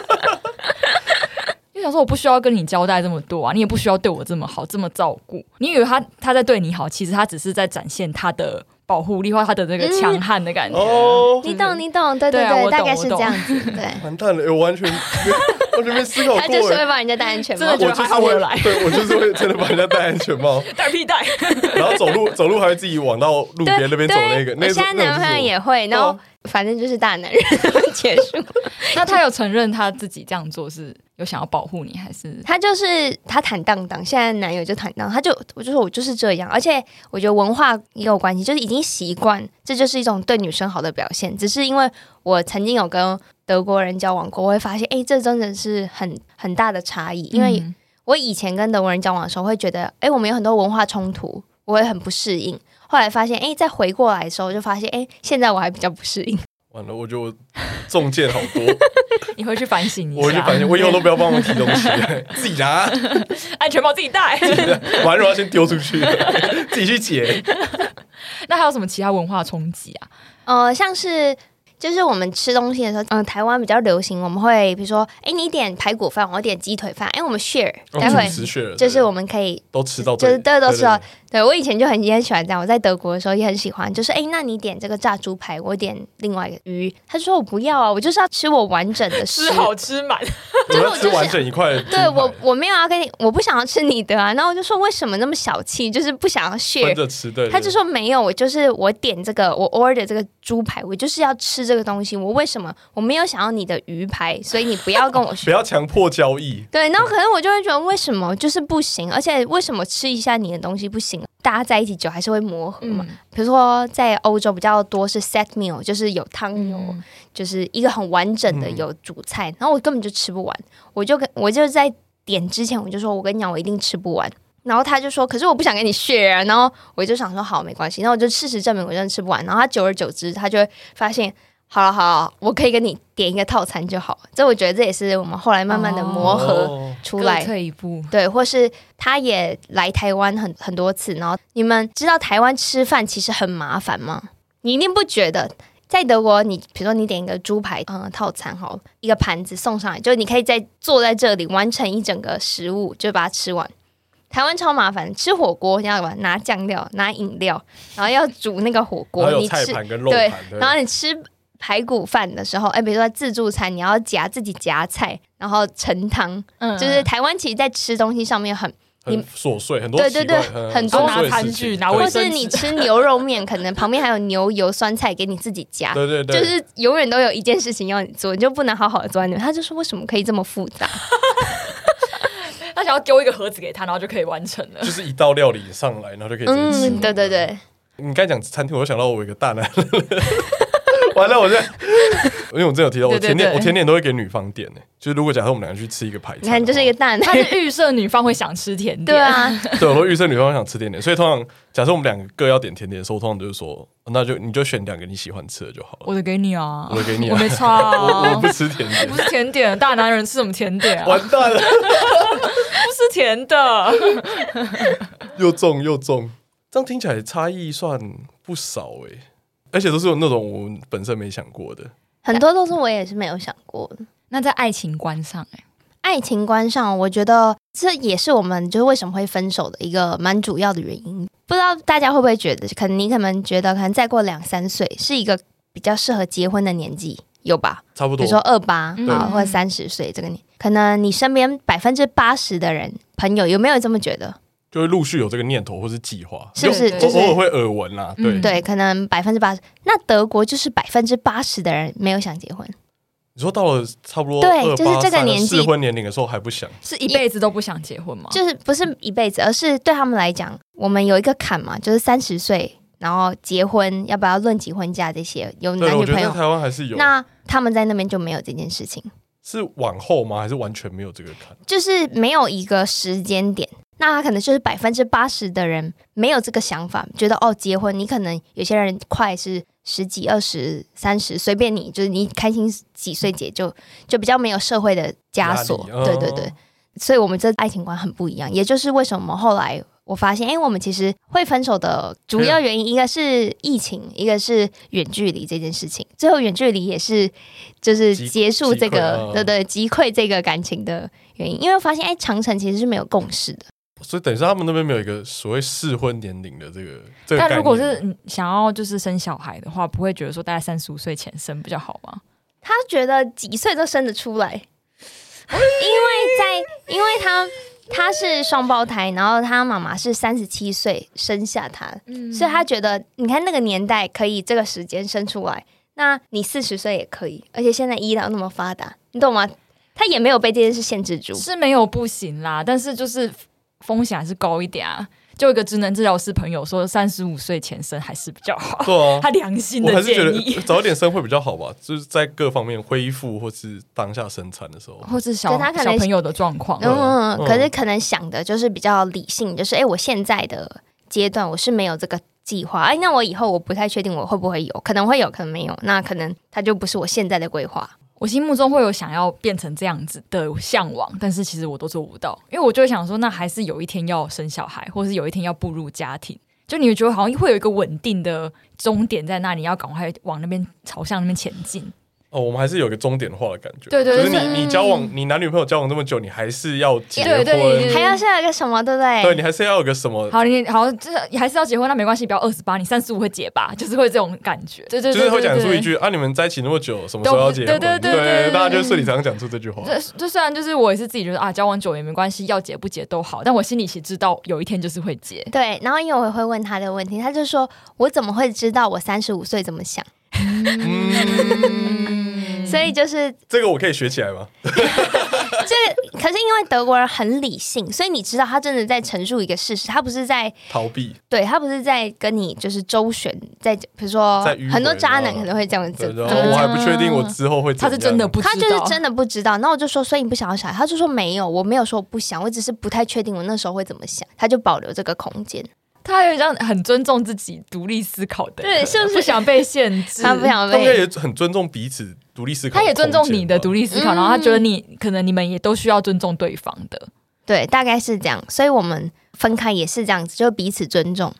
Speaker 5: 就想说，我不需要跟你交代这么多啊，你也不需要对我这么好，这么照顾。你以为他他在对你好，其实他只是在展现他的保护力或他的这
Speaker 4: 嗯
Speaker 5: 个强悍的感觉。
Speaker 3: 哦，
Speaker 4: 你懂，你懂，对
Speaker 5: 对啊
Speaker 4: 对，
Speaker 5: 我懂
Speaker 4: 大概是
Speaker 5: 我
Speaker 4: 这
Speaker 5: 懂
Speaker 4: 样子。对，
Speaker 3: 完蛋了，哎我完全完全没思考过，
Speaker 4: 他就是
Speaker 3: 哎
Speaker 4: 会帮人家戴安全
Speaker 5: 真
Speaker 4: 帽
Speaker 5: 的。觉
Speaker 3: 我
Speaker 5: 得
Speaker 3: 就
Speaker 5: 还
Speaker 3: 是
Speaker 5: 好我有
Speaker 3: 会
Speaker 5: 来
Speaker 3: 对我就是会真的把人家戴安全 帽，
Speaker 5: 带屁带，
Speaker 3: 然后走路走路还会自己往到路
Speaker 4: 对
Speaker 3: 边那边走那个，
Speaker 4: 对
Speaker 3: 那
Speaker 4: 我现在男朋友也会，然后
Speaker 3: 哦
Speaker 4: 反正就是大男人 结束。
Speaker 5: 那他有承认他自己这样做是有想要保护你，还是
Speaker 4: 他就是他坦荡荡，现在男友就坦荡，他就我就说我就是这样，而且我觉得文化也有关系，就是已经习惯，这就是一种对女生好的表现。只是因为我曾经有跟德国人交往过，我会发现，哎、这真的是很很大的差异。因为
Speaker 5: 嗯
Speaker 4: 我以前跟德国人交往的时候，会觉得，哎、我们有很多文化冲突，我会很不适应。后来发现，哎、再回过来的时候，就发现，哎、现在我还比较不适应。
Speaker 3: 完了，我觉得我中箭好 多，
Speaker 5: 你回去反省一下？
Speaker 3: 我就发现我以后都不要帮我提东西， 自己拿，
Speaker 5: 安全帽自 己戴。
Speaker 3: 完了我要先丢出去， 自己去捡。
Speaker 5: 那还有什么其他文化冲击啊？
Speaker 4: 呃，像是就是我们吃东西的时候，嗯、台湾比较流行，我们会比如说，哎，你点排骨饭，我点鸡腿饭，哎，我们 share，
Speaker 3: 哦
Speaker 4: 待会
Speaker 3: 只吃血了
Speaker 4: 就是
Speaker 3: 对
Speaker 4: 我们可以
Speaker 3: 都吃到
Speaker 4: 就
Speaker 3: 这
Speaker 4: 是
Speaker 3: 里，
Speaker 4: 大家都
Speaker 3: 对
Speaker 4: 吃到。对我以前就很也很喜欢这样，我在德国的时候也很喜欢，就是哎、诶那你点这个炸猪排，我点另外一个鱼。他说我不要啊，我就是要吃我完整的食
Speaker 5: 吃好吃满，
Speaker 3: 对对我
Speaker 4: 我
Speaker 3: 要
Speaker 4: 就是
Speaker 3: 吃完整一块的猪排，
Speaker 4: 对我 我没有要跟你，我不想要吃你的啊。然后我就说为什么那么小气，就是不想要
Speaker 3: 分
Speaker 4: share。
Speaker 3: 着吃，对，对
Speaker 4: 他就说没有，我就是我点这个，我 order 这个猪排，我就是要吃这个东西。我为什么我没有想要你的鱼排，所以你不要跟 我
Speaker 3: 不
Speaker 4: 说。
Speaker 3: 要强迫交易，
Speaker 4: 对，然后可能我就会觉得为什么就是不行，而且为什么吃一下你的东西不行？大家在一起久还是会磨合
Speaker 5: 嗯
Speaker 4: 嘛。比如说在欧洲比较多是 set meal，就是有汤有、
Speaker 5: 嗯
Speaker 4: 就是一个很完整的
Speaker 3: 嗯
Speaker 4: 有主菜，然后我根本就吃不完，我就跟我就在点之前我就说，我跟你讲，我一定吃不完。然后他就说，可是我不想跟你 share 啊。然后我就想说，好，没关系。那我就事实证明我真的吃不完。然后他久而久之，他就会发现，好了好了，我可以跟你点一个套餐就好。这我觉得这也是我们后来慢慢的磨合
Speaker 3: 哦
Speaker 4: 出来
Speaker 5: 各退一步，
Speaker 4: 对，或是他也来台湾很很多次，然后你们知道台湾吃饭其实很麻烦吗？你一定不觉得。在德国你，比如说你点一个猪排，嗯，套餐好了，一个盘子送上来，就是你可以在坐在这里完成一整个食物，就把它吃完。台湾超麻烦，吃火锅你要干嘛？拿酱料，拿饮料，然后要煮那个火锅
Speaker 3: 然，后有
Speaker 4: 你
Speaker 3: 菜
Speaker 4: 吃
Speaker 3: 盘跟肉
Speaker 4: 对
Speaker 3: 盘，，对
Speaker 4: 然后你吃排骨饭的时候，哎，比如说自助餐，你要夹自己夹菜，然后盛汤，
Speaker 5: 嗯
Speaker 4: 就是台湾其实，在吃东西上面很，你
Speaker 3: 很琐碎，很多
Speaker 4: 对
Speaker 3: 奇
Speaker 4: 对
Speaker 3: 怪
Speaker 4: 对
Speaker 3: 嗯
Speaker 4: 很
Speaker 3: 琐
Speaker 4: 多
Speaker 3: 碎的
Speaker 5: 拿餐
Speaker 3: 事
Speaker 5: 具
Speaker 3: 情
Speaker 5: 拿
Speaker 3: 对
Speaker 5: 卫
Speaker 4: 或
Speaker 5: 生
Speaker 4: 是
Speaker 5: 纸
Speaker 4: 你吃牛肉面，可能旁边还有牛油、酸菜给你自己夹，
Speaker 3: 对对对，
Speaker 4: 就是永远都有一件事情要你做，你就不能好好的坐在那。他就说为什么可以这么复杂？
Speaker 5: 他想要丢一个盒子给他，然后就可以完成 了
Speaker 3: 就。是一道料理上来，然后就可以直接吃。
Speaker 4: 嗯，对对对，
Speaker 3: 你刚才讲餐厅，我就想到我有一个大男人， 完了，我现在， 因为我之前有提到，我
Speaker 5: 对对
Speaker 3: 甜点，
Speaker 5: 对
Speaker 3: 我甜点都会给女方点呢。欸就是如果假设我们两个去吃一个排餐的
Speaker 4: 你
Speaker 3: 话，
Speaker 4: 看就是一个蛋，
Speaker 5: 他是预设女方会想吃甜点，
Speaker 4: 对，啊，
Speaker 3: 对，我都预设女方想吃甜点，所以通常假设我们两个各要点甜点的时候，我通常就是说，那就你就选两个你喜欢吃的就好了。
Speaker 5: 我的给你啊，
Speaker 3: 我的给你啊
Speaker 5: 我没差啊，
Speaker 3: 我不吃甜点
Speaker 5: 不，是甜点，大男人吃什么甜点啊？不
Speaker 3: 完 蛋了，
Speaker 5: 是甜的，
Speaker 3: 又重又重，这样听起来差异算不少诶、而且都是有那种我们本身没想过的。
Speaker 4: 很多都是我也是没有想过的。
Speaker 5: 那在爱情观上、哎，
Speaker 4: 爱情观上，我觉得这也是我们就是为什么会分手的一个蛮主要的原因。不知道大家会不会觉得，可能你可能觉得，可能再过两三岁是一个比较适合结婚的年纪，有吧？
Speaker 3: 差不多
Speaker 4: 比如，说二八
Speaker 5: 嗯
Speaker 4: 啊，
Speaker 5: 对
Speaker 4: 或者三十岁这个年，可能你身边百分之八十的人朋友有没有这么觉得？
Speaker 3: 就会陆续有这个念头或是计划，
Speaker 4: 是不是？
Speaker 5: 有
Speaker 4: 就
Speaker 3: 偶
Speaker 4: 是
Speaker 3: 偶尔会耳闻啦。
Speaker 5: 嗯
Speaker 3: 对，
Speaker 4: 对，可能百分之八十。那德国就是百分之八十的人没有想结婚，
Speaker 3: 你说到了差不多
Speaker 4: 对
Speaker 3: 28
Speaker 4: 就是这个年纪
Speaker 3: 30适婚年龄的时候还不想，
Speaker 5: 是一辈子都不想结婚吗？
Speaker 4: 就是不是一辈子，而是对他们来讲，我们有一个坎嘛，就是三十岁，然后结婚要不要论及婚嫁这些，有
Speaker 3: 对，
Speaker 4: 男
Speaker 3: 我
Speaker 4: 女
Speaker 3: 觉得
Speaker 4: 朋
Speaker 3: 在
Speaker 4: 友。
Speaker 3: 台湾还是有，
Speaker 4: 那他们在那边就没有这件事情，
Speaker 3: 是往后吗？还是完全没有这个看？
Speaker 4: 就是没有一个时间点。那他可能就是百分之八十的人没有这个想法，觉得哦，结婚你可能有些人快是十几、二十、三十，随便你，就是你开心几岁结就就比较没有社会的枷锁。
Speaker 3: 压力哦
Speaker 4: 对对对，，所以我们这爱情观很不一样，也就是为什么后来我发现，哎、我们其实会分手的主要原因，一个是疫情，一个是远距离这件事情。最后远距离也是就是
Speaker 3: 击
Speaker 4: 结束这
Speaker 3: 击溃
Speaker 4: 个
Speaker 3: 嗯
Speaker 4: 对对击溃这个感情的原因，因为我发现，哎、长城其实是没有共识的。
Speaker 3: 所以等于是他们那边没有一个所谓适婚年龄的这个这个概
Speaker 5: 但
Speaker 3: 念。
Speaker 5: 如果是你想要就是生小孩的话，不会觉得说大概三十五岁前生比较好吗？
Speaker 4: 他觉得几岁都生得出来，因为在因为他他是双胞胎，然后他妈妈是三十七岁生下他，
Speaker 5: 嗯
Speaker 4: 所以他觉得，你看那个年代可以这个时间生出来，那你四十岁也可以，而且现在医疗那么发达，你懂吗？他也没有被这件事限制住。
Speaker 5: 是没有不行啦，但是就是风险还是高一点啊。就有一个职能治疗师朋友说，三十五岁前生还是比较好，
Speaker 3: 对啊
Speaker 5: 他，良心
Speaker 3: 我
Speaker 5: 的
Speaker 3: 还是觉
Speaker 5: 建
Speaker 3: 得
Speaker 5: 议，
Speaker 3: 早点生会比较好吧，就是在各方面恢复或是当下生产的时候，
Speaker 5: 或是小
Speaker 4: 对他可能
Speaker 5: 小朋友的状况，
Speaker 3: 嗯
Speaker 4: 嗯，
Speaker 3: 嗯
Speaker 4: 可是可能想的就是比较理性，就是哎、诶我现在的阶段我是没有这个计划，哎、那我以后我不太确定我会不会有，可能会有，可能没有，那可能它就不是我现在的规划。
Speaker 5: 我心目中会有想要变成这样子的向往，但是其实我都做不到，因为我就会想说，那还是有一天要生小孩，或是有一天要步入家庭。就你觉得好像会有一个稳定的终点在那里，要赶快往那边朝向那边前进。
Speaker 3: 哦，我们还是有个终点化的感觉，
Speaker 5: 对对
Speaker 3: 就是
Speaker 5: 对
Speaker 3: 你你交往你男女朋友交往这么久，你还是要结
Speaker 5: 对
Speaker 3: 婚，
Speaker 5: 对对
Speaker 4: 还要下一个什么，对不
Speaker 3: 嗯对
Speaker 4: 对？
Speaker 3: 你还是要有个什么，
Speaker 5: 好，你好，这你还是要结婚，那没关系，不要二十八，你三十五会结吧，就是会这种感觉。对对
Speaker 3: 就
Speaker 5: 对，
Speaker 3: 是会讲出
Speaker 5: 对
Speaker 3: 一。句啊，你们在一起那么久，什么时候要结婚？
Speaker 5: 对对对对对对
Speaker 3: 大家就顺理成章讲出这句话。
Speaker 5: 这这虽然就是我也是自己觉得啊，交往久也没关系，要结不结都好，但我心里其实知道啊有一天就是会结。
Speaker 4: 对，然后因为我会问他的问题，他就说：“我怎么会知道我三十五岁怎么想？” 所以就是
Speaker 3: 嗯这个我可以学起来吗？
Speaker 4: 这，可是因为德国人很理性，所以你知道他真的在陈述一个事实，他不是在
Speaker 3: 逃避，
Speaker 4: 对他不是在跟你就是周旋，在比如说
Speaker 3: 在迂回
Speaker 4: 很多渣男
Speaker 3: 啊
Speaker 4: 可能会这样
Speaker 3: 对
Speaker 4: 子，
Speaker 3: 对，
Speaker 4: 怎么
Speaker 3: 我还不确定我之后会怎
Speaker 5: 他
Speaker 3: 样。
Speaker 5: 是真的不知道，
Speaker 4: 他就是真的不知道，那我就说，所以你不想要小孩？他就说没有，我没有说我不想，我只是不太确定我那时候会怎么想，他就保留这个空间，
Speaker 5: 他有这样很尊重自己独立思考的人，
Speaker 4: 对 是不是
Speaker 5: 不想被限制？
Speaker 4: 他不，想
Speaker 3: 他们应该
Speaker 4: 被。
Speaker 3: 也很尊重彼此独立思考，
Speaker 5: 他也尊重你的独
Speaker 3: 立。
Speaker 5: 立思考，
Speaker 4: 嗯
Speaker 5: 然后他觉得你可能你们也都需要尊重对方的。
Speaker 4: 对，大概是这样，所以我们分开也是这样子，就彼此尊重。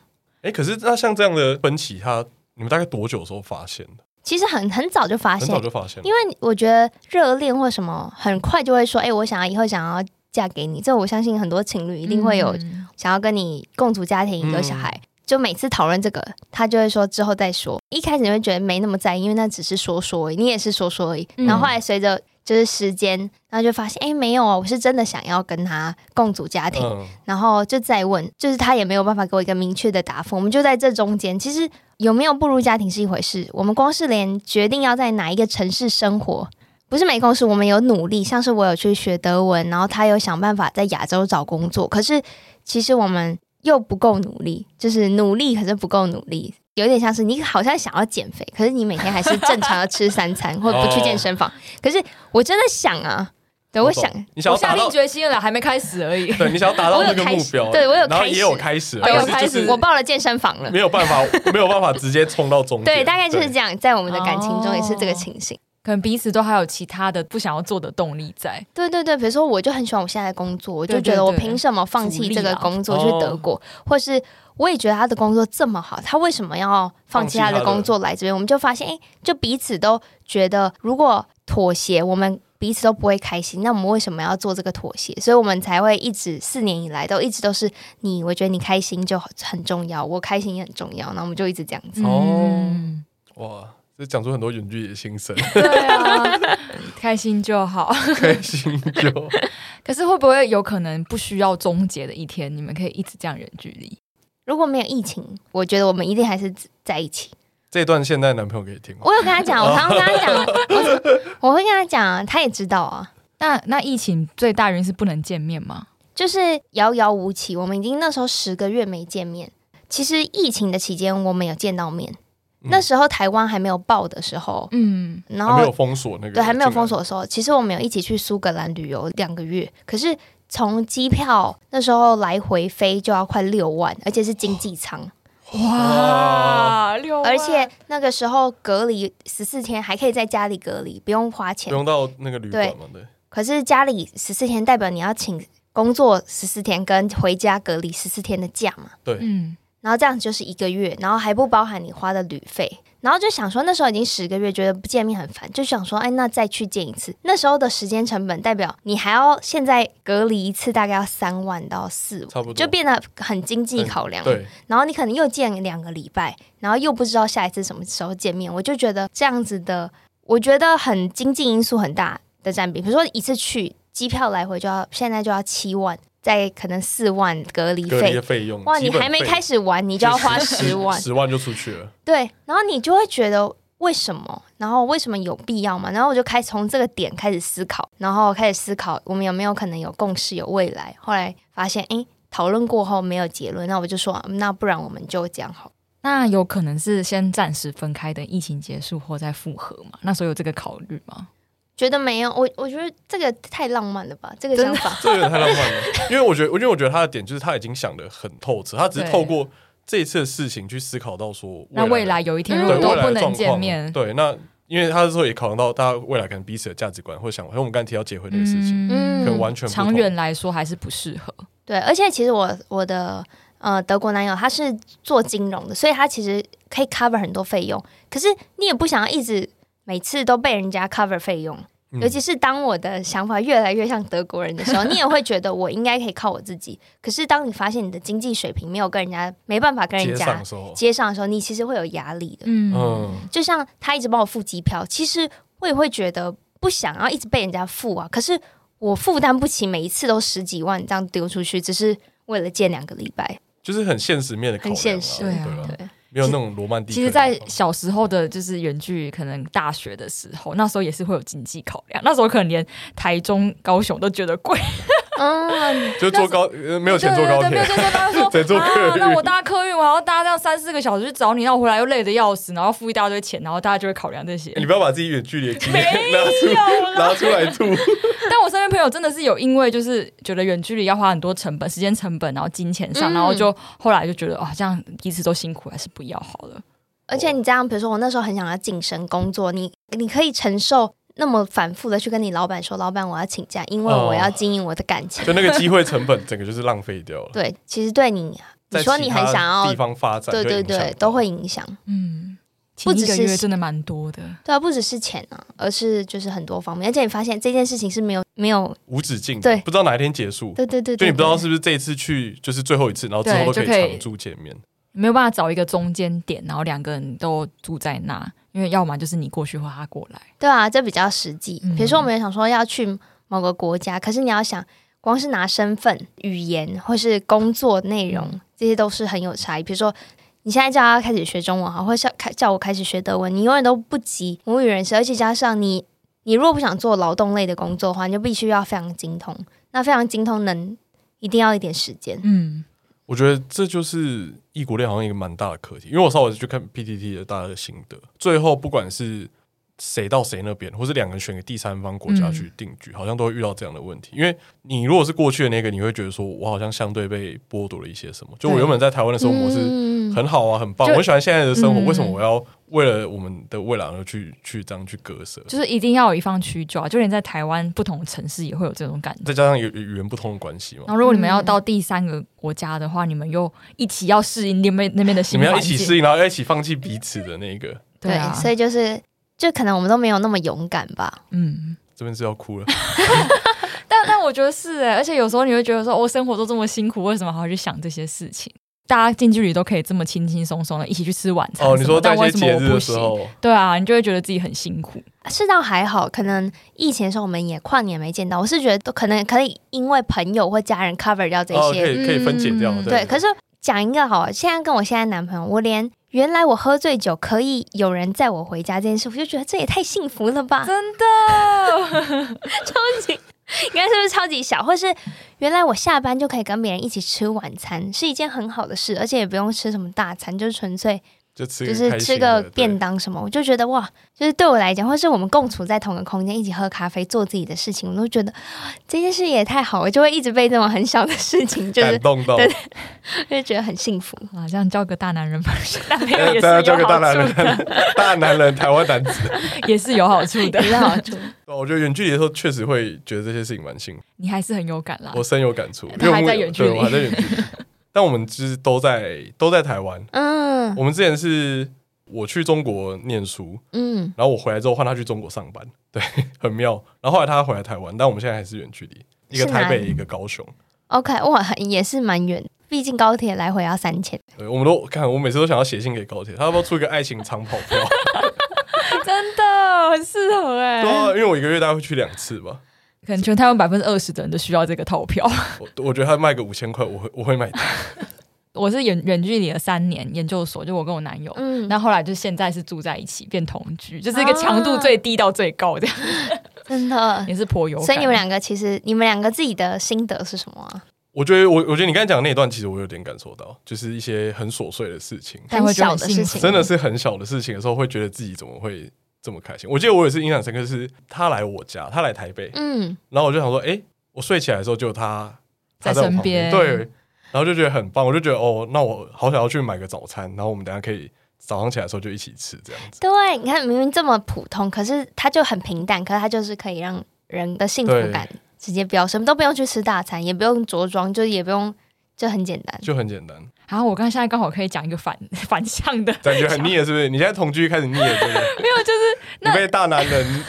Speaker 3: 哎，可是那像这样的分歧，他你们大概多久的时候发现的？
Speaker 4: 其实很很早就发
Speaker 3: 很
Speaker 4: 现
Speaker 3: 早，就发现了，
Speaker 4: 因为我觉得热恋或什么，很快就会说，哎、我想要以后想要嫁给你。这我相信很多情侣一
Speaker 5: 一
Speaker 4: 定会有想要跟你共组家庭、有小孩。就每次讨论这个，他就会说之后再说。一开始你会觉得没那么在意，因为那只是说说而已，你也是说说而已。
Speaker 5: 嗯
Speaker 4: 然后后来随着就是时间，然后就发现，哎、没有啊，我是真的想要跟他共组家庭。
Speaker 3: 嗯，
Speaker 4: 然后就再问，就是他也没有办法给我一个明确的答复。我们就在这中间，其实有没有步入家庭是一回事，我们光是连决定要在哪一个城市生活，不是没公司，我们有努力，像是我有去学德文，然后他有想办法在亚洲找工作，可是其实我们又不够努力，就是努力可是不够努力。有点像是你好像想要减肥，可是你每天还是正常的吃三 餐，或不去
Speaker 3: 哦
Speaker 4: 健身房。可是我真的想啊，对，我
Speaker 3: 懂
Speaker 4: 想
Speaker 3: 你想
Speaker 5: 我
Speaker 3: 要
Speaker 5: 下
Speaker 3: 达
Speaker 5: 定
Speaker 3: 到，
Speaker 5: 决心了，还没开始 而已。
Speaker 3: 对你想要达到
Speaker 4: 我有
Speaker 3: 那个目
Speaker 4: 开始
Speaker 3: 标，
Speaker 4: 对我有
Speaker 3: 然后
Speaker 4: 开
Speaker 3: 也
Speaker 4: 始
Speaker 3: 有开始了，
Speaker 5: 哦
Speaker 3: 但
Speaker 5: 有
Speaker 3: 是
Speaker 5: 开
Speaker 3: 就
Speaker 5: 始
Speaker 3: 是
Speaker 4: 我报了健身房了
Speaker 3: 没。有办法， 没有办法直接冲到终点。
Speaker 4: 对，大概就是这样，在我们的感情中也是这个
Speaker 5: 哦
Speaker 4: 情形。
Speaker 5: 可能彼此都还有其他的不想要做的动力在。
Speaker 4: 对对对，比如说我就很喜欢我现在的工作，我就
Speaker 5: 对对
Speaker 4: 觉得我
Speaker 5: 对
Speaker 4: 凭什么放弃
Speaker 5: 阻力
Speaker 4: 这个
Speaker 5: 啊
Speaker 4: 工作
Speaker 3: 哦
Speaker 4: 去德国，或是我也觉得他的工作这么好，他为什么要放
Speaker 3: 放弃
Speaker 4: 弃他
Speaker 3: 他
Speaker 4: 的
Speaker 3: 的
Speaker 4: 工作来这边？我们就发现，哎，就彼此都觉得如果妥协，我们。彼此都不会开心，那我们为什么要做这个妥协？所以我们才会一直四年以来都一直都是你，我觉得你开心就很重要，我开心也很重要，然后我们就一直这样子。
Speaker 5: 嗯，
Speaker 3: 哇，这讲出很多远距离的心声，
Speaker 5: 对啊，开心就好。
Speaker 3: 开心 就好
Speaker 5: 可是会不会有可能不需要终结的一天，你们可以一直这样远距离？
Speaker 4: 如果没有疫情，我觉得我们一定还是在一起。
Speaker 3: 这段现在男朋友可以听吗？
Speaker 4: 我有跟他 讲，我常常跟他讲，我我会跟他讲啊，他也知道啊，
Speaker 5: 那那疫情最大原因是不能见面吗？
Speaker 4: 就是遥遥无期。我们已经那时候十个月没见面，其实疫情的期间我们有见到面，
Speaker 3: 嗯
Speaker 4: 那时候台湾还没有爆的时候，
Speaker 5: 嗯，
Speaker 4: 然
Speaker 3: 还没有
Speaker 4: 后
Speaker 3: 封锁那个，
Speaker 4: 对还没有封锁。的时候，其实我们有一起去苏格兰旅游两个月，可是。从机票那时候来回飞就要快六万，而且是经济舱，
Speaker 5: 哇，六万，
Speaker 4: 而且那个时候隔离十四天，还可以在家里隔离，不用花钱
Speaker 3: 不。用到那个旅馆嘛，对，
Speaker 4: 可是家里十四天代表你要请工作十四天跟回家隔离十四天的假嘛，
Speaker 5: 嗯，
Speaker 4: 然后这样就是一个月，然后还不包含你花的旅费。然后就想说，那时候已经十个月，觉得不见面很烦，就想说，哎，那再去见一次。那时候的时间成本代表你还要现在隔离一次，大概要三万到四万，
Speaker 3: 差不多
Speaker 4: 就变得很经济考量。
Speaker 3: 对，
Speaker 4: 然后你可能又见两个礼拜，然后又不知道下一次什么时候见面，我就觉得这样子的，我觉得很经济因素很大的占比。比如说一次去机票来回就要现在就要七万，再可能四万隔离
Speaker 3: 隔离的
Speaker 4: 费。
Speaker 3: 费用。
Speaker 4: 哇，你还没开
Speaker 3: 始，
Speaker 4: 始玩，你就要花 十万，
Speaker 3: 十万就出去了。
Speaker 4: 对，然后你就会觉得为什么？然后为什么有必要嘛？然后我就开始从这个点开始思考，然后开始思考我们有没有可能有共识、有未来。后来发现，诶，讨论过后没有结论，那我就说，嗯那不然我们就这样好了。
Speaker 5: 那有可能是先暂时分开，等疫情结束后再复合嘛？那时候有这个考虑吗？
Speaker 4: 觉得没有，我我觉得这个太浪漫了吧，这个
Speaker 5: 真
Speaker 4: 想
Speaker 5: 的
Speaker 4: 法。
Speaker 3: 这有点太浪漫了，因为我觉得，因为我觉得他的点就是他已经想的很透彻，他只是透过这一次的事情去思考到说，
Speaker 5: 那未来有一天如果
Speaker 3: 嗯对
Speaker 5: 都
Speaker 3: 未来
Speaker 5: 不
Speaker 3: 的
Speaker 5: 能
Speaker 3: 状
Speaker 5: 见
Speaker 3: 况，
Speaker 5: 面，
Speaker 3: 对，那因为他那时候也考量到大家未来可能彼此的价值观或想法，因为我们刚才提到结婚这个事情，
Speaker 4: 嗯
Speaker 3: 可能完全不同
Speaker 5: 长远来说还是不适合。
Speaker 4: 对，而且其实我我的呃德国男友他是做金融的，所以他其实可以 cover 很多费用。可是你也不想要一直每次都被人家 cover 费用，
Speaker 3: 嗯
Speaker 4: 尤其是当我的想法越来越像德国人的时候，你也会觉得我应该可以靠我自己。 可是当你发现你的经济水平没有跟人家没办法跟
Speaker 3: 接
Speaker 4: 人
Speaker 3: 上
Speaker 4: 家
Speaker 3: 的时候，
Speaker 4: 接上的时候，你其实会有压力的。
Speaker 5: 嗯，
Speaker 3: 嗯，
Speaker 4: 就像他一直帮我付机票，其实我也会觉得不想要一直被人家付啊，可是我负担不起每一次都十几万这样丢出去，只是为了见两个礼拜。
Speaker 3: 就是很现实面的考量啊，
Speaker 4: 很现实
Speaker 3: 对
Speaker 5: 对啊
Speaker 3: 吧
Speaker 4: 对，
Speaker 3: 没有那种罗曼蒂克
Speaker 5: 其实，
Speaker 3: 的地方。
Speaker 5: 在小时候的，就是远距，可能大学的时候，那时候也是会有经济考量，那时候可能连台中、高雄都觉得贵，
Speaker 4: 嗯，
Speaker 3: 就坐高呃没有钱坐高
Speaker 5: 对对对没有
Speaker 3: 铁，
Speaker 5: 钱坐高铁，
Speaker 3: 只能坐客
Speaker 5: 啊，
Speaker 3: 运
Speaker 5: 那我搭客运，我还要搭这样三四个小时去找你，那我回来又累得要死，然后付一大堆钱，然后大家就会考量这些。
Speaker 3: 你不要把自己远距离的经验拿出拿出来吐。
Speaker 5: 但我身边朋友真的是有因为就是觉得远距离要花很多成本、时间成本，然后金钱上，
Speaker 4: 嗯
Speaker 5: 然后就后来就觉得啊、这样彼此都辛苦，还是不要好了。
Speaker 4: 而
Speaker 3: 哦
Speaker 4: 且你这样，比如说我那时候很想要晋升工作，你你可以承受那么反复的去跟你老板说，老板我要请假，因为
Speaker 3: 哦
Speaker 4: 我要经营我的感情。
Speaker 3: 就那个机会成本，整个就是浪费掉了。
Speaker 4: 对，其实对你，你
Speaker 3: 在
Speaker 4: 说你很
Speaker 3: 其他
Speaker 4: 想要
Speaker 3: 地，方发展，
Speaker 4: 对对
Speaker 3: 就影响
Speaker 4: 对
Speaker 3: 到，
Speaker 4: 都会影响。
Speaker 5: 嗯，
Speaker 4: 不
Speaker 5: 前
Speaker 4: 只
Speaker 5: 一个
Speaker 4: 是
Speaker 5: 月真的蛮多的，
Speaker 4: 对啊，不只是钱啊，而是就是很多方面。而且你发现这件事情是没有没有，
Speaker 3: 无止境的，
Speaker 4: 对
Speaker 3: 不知道哪一天结束。
Speaker 4: 对对对
Speaker 3: 就
Speaker 4: 对
Speaker 3: 你不知道
Speaker 4: 对
Speaker 3: 是不是这一次去就是最后一次，然后之
Speaker 5: 对
Speaker 3: 后都可以
Speaker 5: 就可以
Speaker 3: 常驻见面。
Speaker 5: 没有办法找一个中间点，然后两个人都住在那，因为要么就是你过去或他过来。
Speaker 4: 对啊，这比较实际
Speaker 5: 嗯。
Speaker 4: 比如说，我们也想说要去某个国家，可是你要想，光是拿身份、语言或是工作内
Speaker 5: 嗯
Speaker 4: 容，这些都是很有差异。比如说，你现在叫他开始学中文好，或者叫开叫我开始学德文，你永远都不及母语人士，而且加上你，你如果不想做劳动类的工作的话，你就必须要非常精通。那非常精通能一定要一点时间。
Speaker 5: 嗯，
Speaker 3: 我觉得这就是异国恋好像一个蛮大的课题，因为我稍微去看 PTT 的大家的心得，最后不管是谁到谁那边，或是两个人选个第三方国家
Speaker 4: 嗯
Speaker 3: 去定居，好像都会遇到这样的问题。因为你如果是过去的那个，你会觉得说我好像相对被剥夺了一些什么。就我
Speaker 5: 对
Speaker 3: 原本在台湾的生活是
Speaker 4: 嗯
Speaker 3: 很好啊，很棒，
Speaker 5: 就
Speaker 3: 我很喜欢现在的生活，
Speaker 5: 嗯
Speaker 3: 为什么我要为了我们的未来而去去这样去割舍？
Speaker 5: 就是一定要有一方屈就啊，就连在台湾不同城市也会有这种感觉。
Speaker 3: 再加上有有语言不通的关系嘛
Speaker 5: 然，后，如果你们
Speaker 4: 嗯
Speaker 5: 要到第三个国家的话，你们又一起要适应那边那边的
Speaker 3: 你
Speaker 5: 新
Speaker 3: 们
Speaker 5: 环
Speaker 3: 要
Speaker 5: 境，
Speaker 3: 一起适应，然后要一起放弃彼此的那个，
Speaker 5: 对啊，
Speaker 4: 所以就是，就可能我们都没有那么勇敢吧。
Speaker 5: 嗯。
Speaker 3: 这边是要哭了。
Speaker 5: 但但我觉得是哎、而且有时候你会觉得说，我、生活都这么辛苦，为什么还要去想这些事情？大家近距离都可以这么轻轻松松的一起去吃晚餐什
Speaker 3: 哦，
Speaker 5: 么，
Speaker 3: 你说在
Speaker 5: 但
Speaker 3: 一
Speaker 5: 为
Speaker 3: 些
Speaker 5: 什么
Speaker 3: 节
Speaker 5: 我
Speaker 3: 日的
Speaker 5: 不
Speaker 3: 时
Speaker 5: 行？
Speaker 3: 候，
Speaker 5: 对啊，你就会觉得自己很辛苦。
Speaker 4: 是倒还好，可能疫情的时候我们也跨年没见到，我是觉得都可能可以因为朋友或家人 cover 掉这
Speaker 3: 哦，可
Speaker 4: 些，
Speaker 3: 以可以分解掉。
Speaker 5: 嗯
Speaker 4: 对。可是讲一个好了，现在跟我现在男朋友，我连原来我喝醉酒可以有人载我回家这件事，我就觉得这也太幸福了吧，
Speaker 5: 真的，
Speaker 4: 啊超级。你看是不是超级小，或是原来我下班就可以跟别人一起吃晚餐，是一件很好的事，而且也不用吃什么大餐，就是纯粹
Speaker 3: 就吃
Speaker 4: 就
Speaker 3: 个
Speaker 4: 是
Speaker 3: 开
Speaker 4: 吃
Speaker 3: 心
Speaker 4: 个
Speaker 3: 的
Speaker 4: 便当什么，我就觉得哇，就是对我来讲，或是我们共处在同个空间，一起喝咖啡，做自己的事情，我都觉得啊这件事也太好了，我就会一直被这种很小的事情，就
Speaker 3: 对
Speaker 4: 是
Speaker 3: 感动到。
Speaker 4: 对就觉得很幸福。
Speaker 5: 啊，这样交个大男人吧，男朋友
Speaker 3: 大
Speaker 5: 也
Speaker 3: 家
Speaker 5: 是
Speaker 3: 交
Speaker 5: 有
Speaker 3: 给大男
Speaker 5: 好处的，
Speaker 3: 人，大男人，台湾男子。
Speaker 5: 也是有好处的
Speaker 4: 也。是好 处，啊
Speaker 3: 对我觉得远距离的时候，确实会觉得这些事情蛮幸福，
Speaker 5: 你还是很有感啦。
Speaker 3: 我深有感触。
Speaker 5: 啊他
Speaker 3: 因为
Speaker 5: 还
Speaker 3: 我
Speaker 5: 在
Speaker 3: 有
Speaker 5: 远距离
Speaker 3: 对我还在远距离。但我们就是都在都在台湾。
Speaker 4: 嗯
Speaker 3: 我们之前是我去中国念书，
Speaker 4: 嗯，
Speaker 3: 然后我回来之后换他去中国上班， 对，很妙。然后后来他回来台湾，但我们现在还是远距离，一个
Speaker 4: 是哪
Speaker 3: 台
Speaker 4: 里
Speaker 3: 北，一个高雄。
Speaker 4: OK，哇，也是蛮远，毕竟高铁来回要三千，
Speaker 3: 对，我们都看，我每次都想要写信给高铁，他要不要出一个爱情长跑票？
Speaker 5: 真的很适合哎、
Speaker 3: 对啊，因为我一个月大概会去两次吧。
Speaker 5: 可能全台湾百分之二十的人都需要这个套票。
Speaker 3: 我我觉得他卖个五千块，我会我会买单。
Speaker 5: 我是远远距离了三年研究所，就我跟我男友，
Speaker 4: 嗯，
Speaker 5: 那后来就现在是住在一起，变同居，就是一个强度最低到最高的，
Speaker 4: 真的。
Speaker 5: 啊也是颇有感。
Speaker 4: 所以你们两个其实，你们两个自己的心得是什么啊？
Speaker 3: 我觉得我我觉得你刚才讲的那一段，其实我有点感受到，就是一些很琐碎的事情，
Speaker 5: 但
Speaker 4: 很
Speaker 5: 会觉得
Speaker 4: 小
Speaker 5: 很
Speaker 4: 的
Speaker 5: 幸
Speaker 4: 事
Speaker 5: 福
Speaker 4: 情，啊
Speaker 3: 真的是很小的事情的时候，会觉得自己怎么会这么开心。我记得我有一次印象深刻是，他来我家，他来台北，
Speaker 4: 嗯，
Speaker 3: 然后我就想说，诶，我睡起来的时候就他他
Speaker 5: 在
Speaker 3: 在我
Speaker 5: 身
Speaker 3: 旁边，
Speaker 5: 边
Speaker 3: 对，然后就觉得很棒，我就觉得哦，那我好想要去买个早餐，然后我们等一下可以早上起来的时候就一起吃这样子。
Speaker 4: 对，你看明明这么普通，可是它就很平淡，可是它就是可以让人的幸福感直接飙升，都不用去吃大餐，也不用着装，就也不用就很简单。
Speaker 3: 就很简单，
Speaker 5: 然后我刚现在刚好可以讲一个反 反向的，
Speaker 3: 感觉很腻了，是不是？你现在同居开始腻了，对不对？
Speaker 5: 没有，就是
Speaker 3: 你被大男人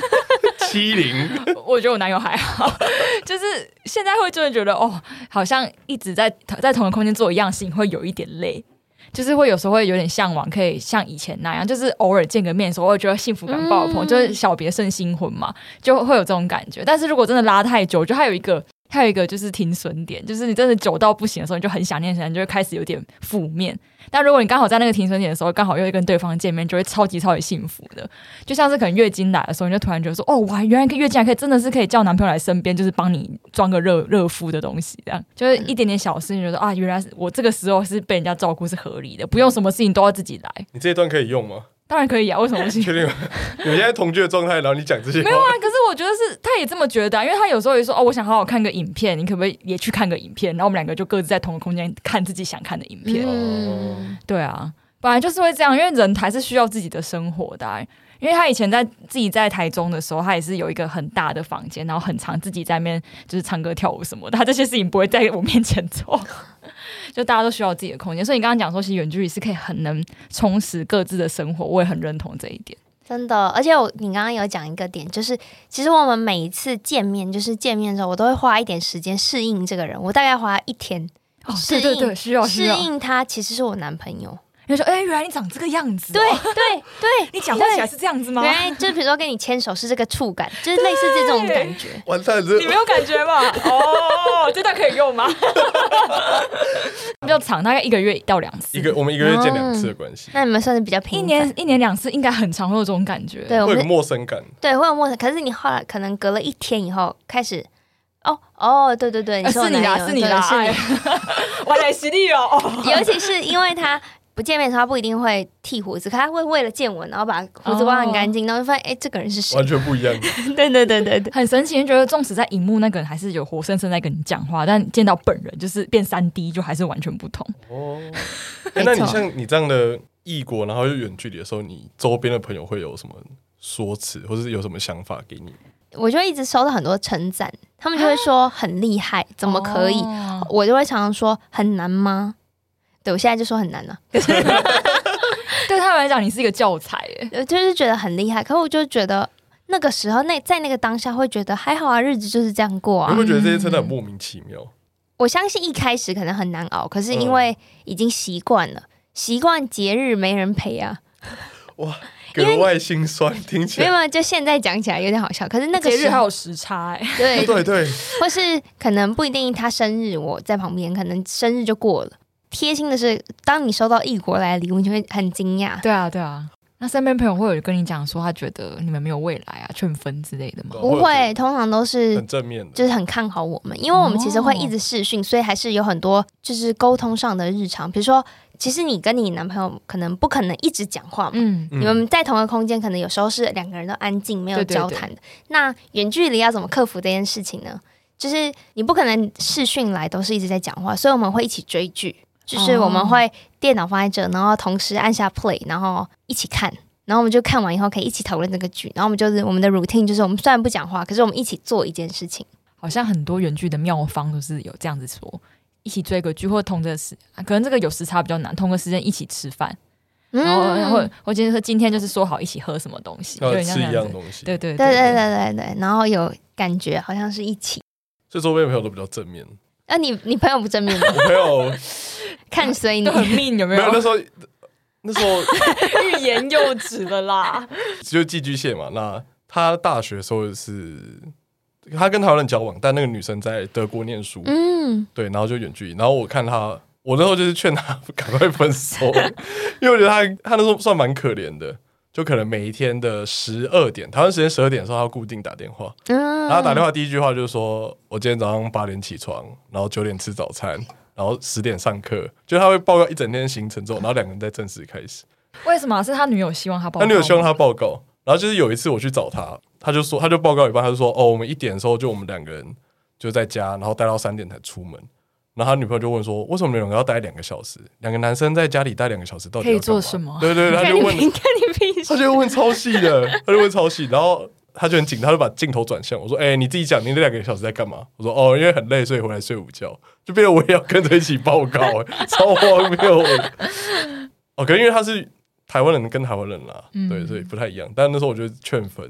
Speaker 3: 欺凌，
Speaker 5: 我觉得我男友还好， 就是现在会真的觉得哦，好像一直在在同一个空间做一样事情会有一点累，就是会有时候会有点向往，可以像以前那样，就是偶尔见个面的时候，会觉得幸福感爆棚，
Speaker 4: 嗯
Speaker 5: 就是小别胜新婚嘛，就会有这种感觉。但是如果真的拉太久，就还有一个。还有一个就是停损点，就是你真的久到不行的时候，你就很想念，想你就会开始有点负面。但如果你刚好在那个停损点的时候，刚好又跟对方见面，就会超级超级幸福的。就像是可能月经来的时候，你就突然觉得说，哦，哇，原来月经还可以，真的是可以叫男朋友来身边，就是帮你装个热热敷的东西，这样 就是一点点小事，你觉得啊，原来是我这个时候是被人家照顾是合理的，不用什么事情都要自己来，
Speaker 3: 你这一段可以用吗？
Speaker 5: 当然可以啊，为什么不行
Speaker 3: 确？定吗？你们现在同居的状态，然后你讲这些
Speaker 5: 没有
Speaker 3: 话，
Speaker 5: 啊，可是我觉得是他也这么觉得、啊，因为他有时候也说哦，我想好好看个影片，你可不可以也去看个影片？然后我们两个就各自在同个空间看自己想看的影片。
Speaker 4: 嗯，
Speaker 5: 对啊，本来就是会这样，因为人还是需要自己的生活的啊、因为他以前在自己在台中的时候，他也是有一个很大的房间，然后很常自己在那边就是唱歌跳舞什么的。他这些事情不会在我面前做，就大家都需要自己的空间。所以你刚刚讲说，其实远距离是可以很能充实各自的生活，我也很认同这一点。
Speaker 4: 真的，而且我你刚刚有讲一个点，就是其实我们每一次见面，就是见面的时候，我都会花一点时间适应这个人，我大概花一天
Speaker 5: 哦，
Speaker 4: 适
Speaker 5: 对
Speaker 4: 应
Speaker 5: 对对，需要需
Speaker 4: 适
Speaker 5: 要。
Speaker 4: 应他，其实是我男朋友。
Speaker 5: 你说，哎、原来你长这个样 子、啊
Speaker 4: 对，对对，
Speaker 5: 你讲话起来是这样子吗
Speaker 4: 原？来就比如说跟你牵手是这个触感，就是类似这种感觉。
Speaker 2: 完蛋，这
Speaker 5: 你没有感觉吧？哦，这段可以用吗？ 比较长，大概一个月到两次，
Speaker 3: 一个我们一个月见两次的关系，
Speaker 4: 那你们算是比较频
Speaker 5: 一
Speaker 4: 繁，
Speaker 5: 年一年两次，应该很常会有这种感觉。
Speaker 4: 对我
Speaker 3: 会有个
Speaker 4: 们
Speaker 3: 陌生感。
Speaker 4: 对会有陌生，可是你后来可能隔了一天以后开始，哦哦，对对对，
Speaker 5: 呃，
Speaker 4: 是我
Speaker 5: 是你
Speaker 4: 男
Speaker 5: 啦，
Speaker 4: 友
Speaker 5: 是你啦，
Speaker 4: 对是你
Speaker 5: 哎， 我来犀利哦， 哦
Speaker 4: 尤其是因为他不见面的时候，他不一定会剃胡子，可他会为了见我，然后把胡子刮很干
Speaker 5: 哦
Speaker 4: 净，然后就发现哎、这个人是 谁
Speaker 3: 完？全不一样，
Speaker 4: 对对对对对，
Speaker 5: 很神奇，觉得纵使在荧幕那个人还是有活生生在跟你讲话，但见到本人就是变三 D，就还是完全不同。
Speaker 3: 哎那你
Speaker 4: 没错
Speaker 3: 像你这样的异国，然后又远距离的时候，你周边的朋友会有什么说辞，或者是有什么想法给你？
Speaker 4: 我就一直收到很多称赞，他们就会说很厉害，怎么可以？
Speaker 5: 哦
Speaker 4: 我就会常常说很难吗？对我现在就说很难了、
Speaker 5: 对他们来讲，你是一个教材耶。
Speaker 4: 我呃就是觉得很厉害，可我就觉得那个时候那在那个当下会觉得还好啊，日子就是这样过
Speaker 3: 你会
Speaker 4: 啊
Speaker 5: 嗯
Speaker 3: 不。会觉得这些真的很莫名其妙？
Speaker 4: 我相信一开始可能很难熬，可是
Speaker 5: 嗯
Speaker 4: 因为已经习惯了，习惯节日没人陪啊。因为
Speaker 3: 格外心酸，听起
Speaker 4: 没有
Speaker 3: 来哦
Speaker 4: 没有，就现在讲起来有点好笑，可是 那个
Speaker 5: 节
Speaker 4: 时
Speaker 5: 日还
Speaker 4: 候
Speaker 5: 有时差哎，
Speaker 4: 对，
Speaker 3: 对对，
Speaker 4: 或是可能不一定他生日我在旁边，可能生日就过了。贴心的是，当你收到异国来的礼物，你就会很惊讶。
Speaker 5: 对啊对啊。那身边朋友会有跟你讲说，他觉得你们没有未来啊，劝分之类的吗？
Speaker 4: 不会，通常都是
Speaker 3: 很正面
Speaker 4: 就
Speaker 3: 的，
Speaker 4: 是很看好我们，因为我们其实会
Speaker 5: 哦
Speaker 4: 一直视讯，所以还是有很多就是沟通上的日常，比如说，其实你跟你男朋友可能不可能一直讲话嘛，
Speaker 5: 嗯，
Speaker 3: 嗯
Speaker 4: 你们在同一个空间，可能有时候是两个人都安静没有
Speaker 5: 对对
Speaker 4: 交谈的。那远距离要怎么克服这件事情呢？就是你不可能视讯来都是一直在讲话，所以我们会一起追剧，就是
Speaker 5: 哦
Speaker 4: 我们会电脑放在这，然后同时按下 play，然后一起看。然后我们就看完以后可以一起讨论这个剧，然后我们就是我们的 routine 就是我们虽然不讲话，可是我们一起做一件事情。
Speaker 5: 好像很多原剧的妙方都是有这样子说，一起追个剧，或同个时，啊可能这个有时差比较难，同个时间一起吃饭，
Speaker 4: 嗯
Speaker 5: 然后然后我今天说今天就是说好一起喝什么东西，
Speaker 3: 然
Speaker 5: 有
Speaker 3: 后
Speaker 5: 点
Speaker 3: 哦
Speaker 5: 像
Speaker 3: 吃一
Speaker 5: 这
Speaker 3: 样
Speaker 5: 子，
Speaker 3: 东西，
Speaker 5: 对对
Speaker 4: 对对对
Speaker 5: 对，
Speaker 4: 对对，然后有感觉好像是一起。
Speaker 3: 所以周边的朋友都比较正面。
Speaker 4: 那、你你朋友不正面 吗？
Speaker 3: 我朋友
Speaker 4: 看随你
Speaker 5: 都。很 mean 有没
Speaker 3: 没有那
Speaker 5: 有？
Speaker 3: 时候，那时候
Speaker 5: 欲言又止了啦。
Speaker 3: 就寄居蟹嘛。那他大学的时候是，他跟台湾人交往，但那个女生在德国念书，
Speaker 4: 嗯，
Speaker 3: 对，然后就远距离。然后我看他，我那时候就是劝他 赶快分手，因为我觉得他他那时候算蛮可怜的，就可能每一天的十二点，台湾时间十二点的时候，他要固定打电话，
Speaker 4: 嗯，
Speaker 3: 然后打电话第一句话就是说：“我今天早上八点起床，然后九点吃早餐，然后十点上课。”就他会报告一整天的行程之后，然后两个人再正式开始。
Speaker 5: 为什么是他女友希望他报？
Speaker 3: 那女友希望他报告，然后就是有一次我去找他，他就说他就报告一半，他就说：“哦，我们一点的时候就我们两个人就在家，然后待到三点才出门。”然后他女朋友就问说：“为什么你们两个要待两个小时？两个男生在家里待两个小时到底
Speaker 5: 可以
Speaker 3: 要干
Speaker 5: 做
Speaker 3: 嘛
Speaker 5: 什么
Speaker 3: 对对，对他就问
Speaker 4: 看你平时
Speaker 3: 他就问超细的，他就问超细，然后他就很紧，他就把镜头转向我说：“哎、你自己讲，你那两个小时在干嘛？”我说：“哦，因为很累，所以回来睡午觉。”就变得我也要跟着一起报告、哎 超荒谬的。哦，可能因为他是台湾人跟台湾人啦，
Speaker 5: 嗯
Speaker 3: 对，所以不太一样。但那时候我觉得劝分，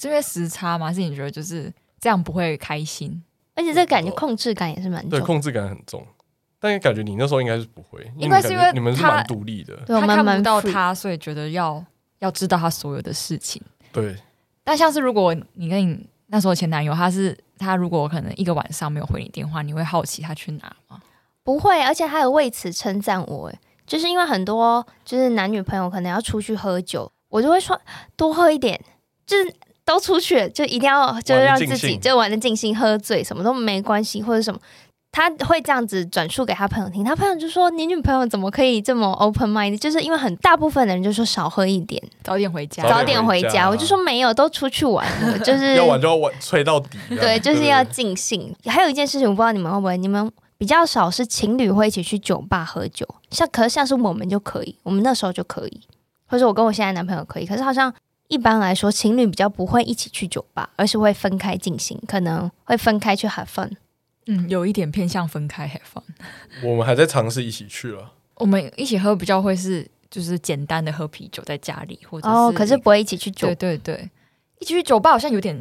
Speaker 5: 是因为时差吗？还是你觉得就是这样不会开心？
Speaker 4: 而且这感觉控制感也是蛮
Speaker 3: 对
Speaker 4: 重。
Speaker 3: 控制感很重。但感觉你那时候应该是不会，
Speaker 5: 应该是因为
Speaker 3: 你们感觉你们是
Speaker 5: 他
Speaker 3: 蛮独立的，
Speaker 4: 对，我
Speaker 5: 他
Speaker 4: 们
Speaker 5: 看
Speaker 4: 蛮
Speaker 5: 不到
Speaker 4: free
Speaker 5: 他，所以觉得要要知道他所有的事情。
Speaker 3: 对，
Speaker 5: 但像是如果你跟你那时候前男友，他是他如果可能一个晚上没有回你电话，你会好奇他去哪吗？
Speaker 4: 不会，而且他有为此称赞我，哎，就是因为很多就是男女朋友可能要出去喝酒，我就会说多喝一点，就是都出去了就一定要就是让自
Speaker 3: 玩得尽
Speaker 4: 己
Speaker 3: 兴
Speaker 4: 就玩的尽兴，喝醉什么都没关系或者什么。他会这样子转述给他朋友听，他朋友就说：“你女朋友怎么可以这么 open mind？就是因为很大部分的人就说少喝一点，
Speaker 5: 早点回家，
Speaker 3: 早
Speaker 4: 早
Speaker 3: 点
Speaker 4: 点
Speaker 3: 回
Speaker 4: 回
Speaker 3: 家
Speaker 4: 家。”我就说没有，都出去玩了，就是
Speaker 3: 要玩就要玩，吹到底啊这样。
Speaker 4: 对，就是要尽兴。还有一件事情，我不知道你们会不会，你们比较少是情侣会一起去酒吧喝酒，像可是像是我们就可以，我们那时候就可以，或者我跟我现在男朋友可以。可是好像一般来说，情侣比较不会一起去酒吧，而是会分开进行，可能会分开去 have fun。
Speaker 5: 嗯，有一点偏向分开 have fun。
Speaker 3: 我们还在尝试一起去了。
Speaker 5: 我们一起喝比较会是就是简单的喝啤酒在家里，或者
Speaker 4: 哦，可是不会一起去酒
Speaker 5: 对对对，一起去酒吧好像有点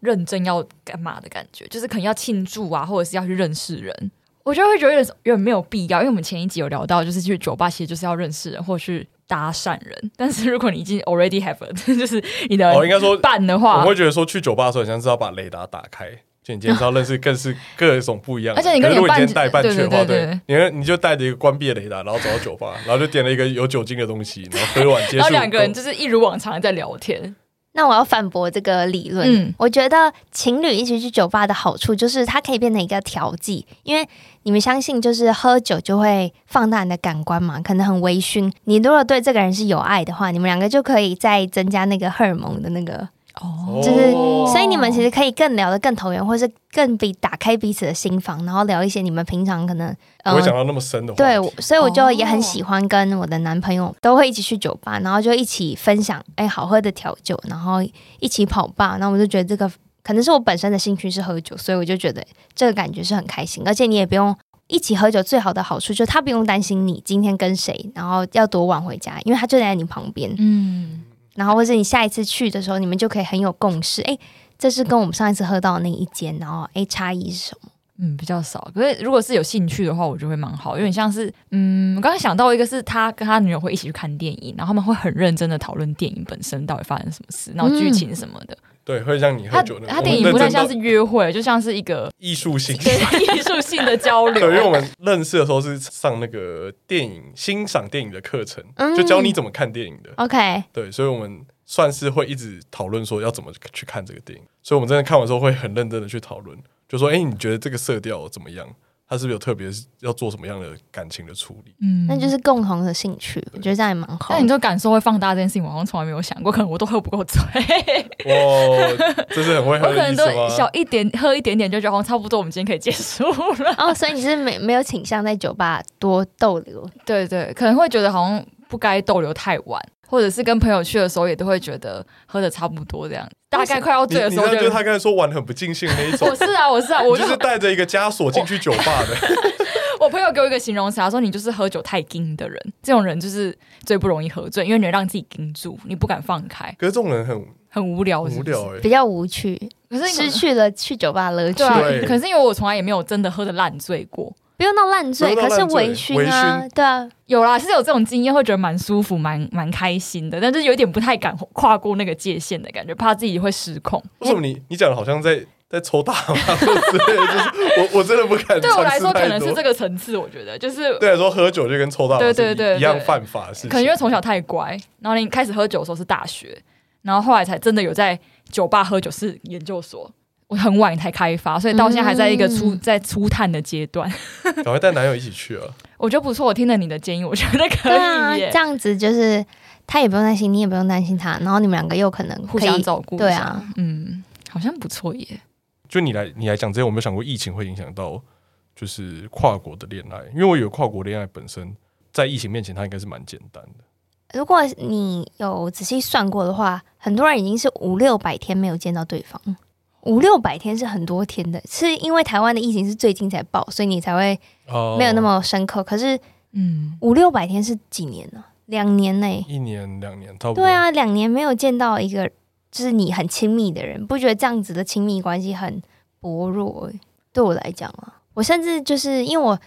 Speaker 5: 认真要干嘛的感觉，就是可能要庆祝啊，或者是要去认识人。我就会觉得有点有点没有必要，因为我们前一集有聊到，就是去酒吧其实就是要认识人或去搭讪人。但是如果你已经 already have，a- 就是你的
Speaker 3: 哦，应该说
Speaker 5: 伴的
Speaker 3: 我
Speaker 5: 话，
Speaker 3: 会觉得说去酒吧的时候，你像是要把雷达打开，就你今天是要认识更是各种不一样的
Speaker 5: 而
Speaker 3: 人。
Speaker 5: 且你跟
Speaker 3: 可
Speaker 5: 你
Speaker 3: 是如
Speaker 5: 的
Speaker 3: 果你今
Speaker 5: 伴
Speaker 3: 天带伴去的话，
Speaker 5: 对对
Speaker 3: 对，你你就带着一个关闭的雷达，然后走到酒吧，然后就点了一个有酒精的东西，然后喝完结束。
Speaker 5: 然后两个人就是一如往常地在聊天，
Speaker 4: 那我要反驳这个理论。
Speaker 5: 嗯
Speaker 4: 我觉得情侣一起去酒吧的好处就是它可以变成一个调剂，因为你们相信就是喝酒就会放大你的感官嘛，可能很微醺。你如果对这个人是有爱的话，你们两个就可以再增加那个荷尔蒙的那个，
Speaker 5: 哦
Speaker 4: 就是
Speaker 3: 哦
Speaker 4: 所以你们其实可以更聊得更投缘，或是更比打开彼此的心房，然后聊一些你们平常可能
Speaker 3: 不
Speaker 4: 呃
Speaker 3: 会讲到那么深的话题。
Speaker 4: 对，我所以我
Speaker 5: 哦
Speaker 4: 就也很喜欢跟我的男朋友都会一起去酒吧，然后就一起分享哎好喝的调酒，然后一起跑吧。那我就觉得这个可能是我本身的兴趣是喝酒，所以我就觉得这个感觉是很开心，而且你也不用。一起喝酒最好的好处就是他不用担心你今天跟谁，然后要多晚回家，因为他就在你旁边。
Speaker 5: 嗯，
Speaker 4: 然后或者你下一次去的时候，你们就可以很有共识。哎，这是跟我们上一次喝到的那一间，然后哎差异是什么？
Speaker 5: 嗯，比较少。可是如果是有兴趣的话，我觉得会蛮好，有点像是，嗯，我刚刚想到一个是他跟他女友会一起去看电影，然后他们会很认真的讨论电影本身到底发生什么事，然后剧情什么的。
Speaker 3: 对，会让你嗯喝
Speaker 5: 他
Speaker 3: 酒的。
Speaker 5: 他电影不太像是约会，就像是一个
Speaker 3: 艺术性。
Speaker 5: 对 艺术性的交
Speaker 3: 对，因为我
Speaker 5: 流。
Speaker 3: 们认识的时候是上那个电影欣赏电影的课程，
Speaker 4: 嗯
Speaker 3: 就教你怎么看电影的。
Speaker 4: OK，
Speaker 3: 对，所以我们算是会一直讨论说要怎么去看这个电影。所以我们真的看完之后会很认真的去讨论，就说：“哎、你觉得这个色调怎么样？它是不是有特别要做什么样的感情的处理
Speaker 5: 嗯
Speaker 4: 那就是共同的兴趣，我觉得这样也蛮好
Speaker 5: 那
Speaker 4: 的
Speaker 5: 你。这感受会放大这件事情，我好像从来没有想过，可能我都喝不够醉，？”
Speaker 3: 哇，这是很会
Speaker 5: 我
Speaker 3: 喝
Speaker 5: 可
Speaker 3: 的
Speaker 5: 能
Speaker 3: 意
Speaker 5: 都
Speaker 3: 思吗？
Speaker 5: 小一点喝一点点就觉得哦好像差不多，我们今天可以结束了。
Speaker 4: 哦，所以你是没没有倾向在酒吧多逗留，
Speaker 5: 对对，可能会觉得好像不该逗留太晚，或者是跟朋友去的时候也都会觉得喝的差不多这样，大概快要
Speaker 3: 你
Speaker 5: 醉的
Speaker 3: 你
Speaker 5: 时候
Speaker 3: 知道
Speaker 5: 就
Speaker 3: 就是他刚才说玩得很不尽兴那一种
Speaker 5: 我，是啊我是啊，我
Speaker 3: 你
Speaker 5: 就
Speaker 3: 就是带着一个枷锁进去酒吧的。
Speaker 5: 我朋友给我一个形容词，他说你就是喝酒太硬的人，这种人就是最不容易喝醉，因为你会让自己盯住，你不敢放开，
Speaker 3: 可是这种人很
Speaker 5: 很无聊
Speaker 3: 很
Speaker 5: 哦是
Speaker 3: 无
Speaker 5: 不是，
Speaker 3: 聊哎、
Speaker 4: 比较无趣，
Speaker 5: 可是
Speaker 4: 失
Speaker 5: 你
Speaker 4: 去了去酒吧乐趣
Speaker 5: 对，啊，
Speaker 3: 对
Speaker 5: 可是因为我从来也没有真的喝的烂醉过，
Speaker 4: 不用到烂
Speaker 3: 不
Speaker 4: 醉，
Speaker 3: 用
Speaker 4: 可
Speaker 3: 到
Speaker 4: 是
Speaker 3: 烂醉
Speaker 4: 微醺啊
Speaker 3: 微，
Speaker 4: 对啊，
Speaker 5: 有啦，是有这种经验，会觉得蛮舒服、蛮蛮开心的，但就是有点不太敢跨过那个界限的感觉，怕自己会失控。
Speaker 3: 为什么你你讲的好像在在抽大麻之类的？就是我我真的不敢
Speaker 5: 对我来
Speaker 3: 尝
Speaker 5: 说，
Speaker 3: 试
Speaker 5: 可
Speaker 3: 太
Speaker 5: 能是
Speaker 3: 多
Speaker 5: 这。个层次，我觉得就是。
Speaker 3: 对来说，喝酒就跟抽大麻
Speaker 5: 对
Speaker 3: 是
Speaker 5: 对对
Speaker 3: 一一样
Speaker 5: 对
Speaker 3: 犯法的事情。
Speaker 5: 可能因为从小太乖，然后你开始喝酒的时候是大学，然后后来才真的有在酒吧喝酒是研究所，我很晚才开发，所以到现在还在一个初、
Speaker 4: 嗯
Speaker 5: 在初探的阶段。
Speaker 3: 赶快带男友一起去啊！
Speaker 5: 我觉得不错，我听了你的建议，我觉得 可
Speaker 4: 对啊，
Speaker 5: 以耶，
Speaker 4: 这样子就是他也不用担心，你也不用担心他，然后你们两个又可能
Speaker 5: 互
Speaker 4: 可
Speaker 5: 相
Speaker 4: 以，
Speaker 5: 照顾。
Speaker 4: 对，啊，
Speaker 5: 嗯，好像不错耶。
Speaker 3: 就你来你来讲之前，我没有想过疫情会影响到就是跨国的恋爱，因为我以为跨国恋爱本身在疫情面前它应该是蛮简单的。
Speaker 4: 如果你有仔细算过的话，很多人已经是五六百天没有见到对方，五六百天是很多天的，是因为台湾的疫情是最近才爆，所以你才会
Speaker 3: 哦
Speaker 4: 没有那么深刻。可是
Speaker 5: 嗯，
Speaker 4: 五六百天是几年呢、两年呢、
Speaker 3: 一年两年，差不多。
Speaker 4: 对，啊，两年没有见到一个就是你很亲密的人，不觉得这样子的亲密关系很薄弱、欸？对我来讲啊，我甚至就是因为我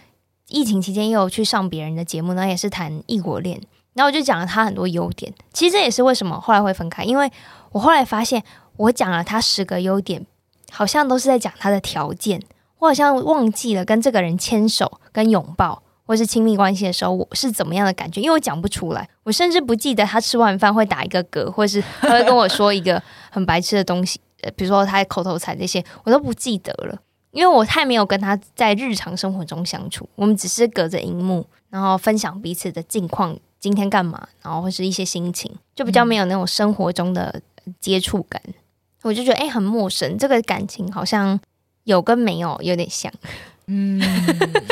Speaker 4: 疫情期间也有去上别人的节目，然后也是谈异国恋，然后我就讲了他很多优点。其实这也是为什么后来会分开，因为我后来发现我讲了他十个优点，好像都是在讲他的条件，我好像忘记了跟这个人牵手、跟拥抱。或是亲密关系的时候，我是怎么样的感觉？因为我讲不出来，我甚至不记得他吃完饭会打一个嗝，或是他会跟我说一个很白痴的东西，呃，比如说他口头禅这些，我都不记得了，因为我太没有跟他在日常生活中相处，我们只是隔着荧幕，然后分享彼此的近况，今天干嘛，然后或是一些心情，就比较没有那种生活中的呃接触感，我就觉得哎、诶很陌生，这个感情好像有跟没有有点像，
Speaker 5: 嗯，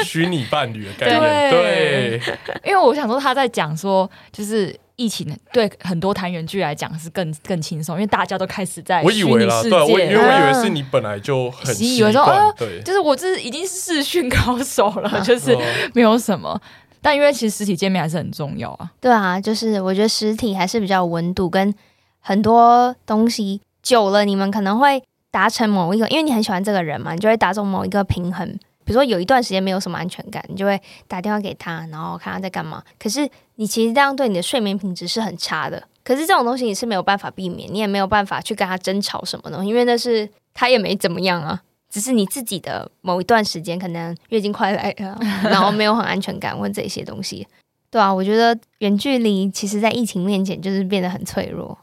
Speaker 3: 虚拟伴侣的概念，
Speaker 5: 对
Speaker 3: 对，
Speaker 5: 因为我想说他在讲说，就是疫情对很多团圆剧来讲是更更轻松，因为大家都开始在
Speaker 3: 我以
Speaker 5: 虚
Speaker 3: 为
Speaker 5: 拟
Speaker 3: 啦，
Speaker 5: 世
Speaker 3: 对啊，我因为
Speaker 5: 界。嗯
Speaker 3: 我以为是你本来就很
Speaker 5: 习
Speaker 3: 习
Speaker 5: 以为说
Speaker 3: 惯
Speaker 5: 哦，
Speaker 3: 对，
Speaker 5: 就是我这已经是视讯高手 了，就是
Speaker 3: 哦
Speaker 5: 没有什么。但因为其实实体见面还是很重要啊。
Speaker 4: 对啊，就是我觉得实体还是比较有温度，跟很多东西久了，你们可能会达成某一个，因为你很喜欢这个人嘛，你就会达成某一个平衡。比如说有一段时间没有什么安全感，你就会打电话给他，然后看他在干嘛。可是你其实这样对你的睡眠品质是很差的。可是这种东西你是没有办法避免，你也没有办法去跟他争吵什么的，因为那是他也没怎么样啊，只是你自己的某一段时间可能月经快来了，然后没有很安全感或这些东西。对啊，我觉得远距离其实在疫情面前就是变得很脆弱。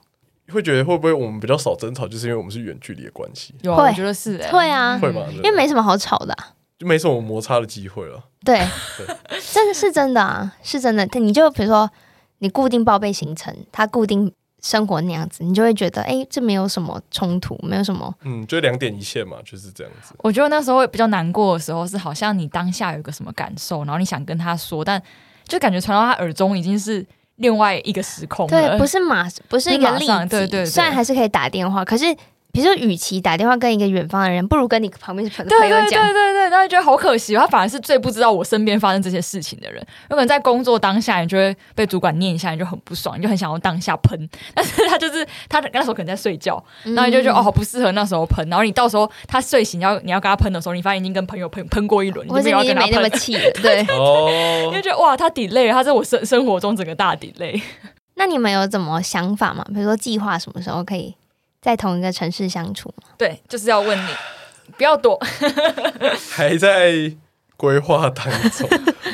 Speaker 3: 会觉得会不会我们比较少争吵，就是因为我们是远距离的关系，
Speaker 5: 有啊，
Speaker 4: 会
Speaker 5: 我觉得是、欸，
Speaker 4: 会啊
Speaker 5: 嗯
Speaker 3: 会吗？
Speaker 4: 因为没什么好吵的啊、
Speaker 3: 就没什么摩擦的机会了。
Speaker 4: 对
Speaker 3: 对，
Speaker 4: 真的是真的啊，是真的。你就比如说，你固定报备行程，他固定生活那样子，你就会觉得，哎、这没有什么冲突，没有什么。
Speaker 3: 嗯，就两点一线嘛，就是这样子。
Speaker 5: 我觉得那时候比较难过的时候是，好像你当下有一个什么感受，然后你想跟他说，但就感觉传到他耳中已经是另外一个时空了。
Speaker 4: 对，不是马，不是一个
Speaker 5: 不
Speaker 4: 例
Speaker 5: 是马
Speaker 4: 子
Speaker 5: 上。对对对
Speaker 4: 虽然还是可以打电话，可是比如说，与其打电话跟一个远方的人，不如跟你旁边的朋
Speaker 5: 对
Speaker 4: 友
Speaker 5: 对对
Speaker 4: 讲。
Speaker 5: 对对，然后就觉得好可惜哦，他反而是最不知道我身边发生这些事情的人。有可能在工作当下，你就会被主管念一下，你就很不爽，你就很想要当下喷。但是他就是他那时候可能在睡觉，
Speaker 4: 嗯
Speaker 5: 然后你就觉得、哦，好不适合那时候喷。然后你到时候他睡醒要你要跟他喷的时候，你发现已经跟朋友喷喷过一轮，你就
Speaker 4: 或
Speaker 5: 没
Speaker 4: 者
Speaker 5: 有
Speaker 4: 你
Speaker 5: 要
Speaker 4: 已
Speaker 5: 跟
Speaker 4: 经
Speaker 5: 他
Speaker 4: 没那么
Speaker 5: 喷。
Speaker 4: 气了，对。
Speaker 5: 你
Speaker 3: 哦
Speaker 5: 就觉得哇，他 delay 了，他在我生生活中整个大 delay。
Speaker 4: 那你们有怎么想法吗？比如说计划什么时候可以在同一个城市相处吗？
Speaker 5: 对，就是要问你，不要躲。
Speaker 3: 还在规划当中，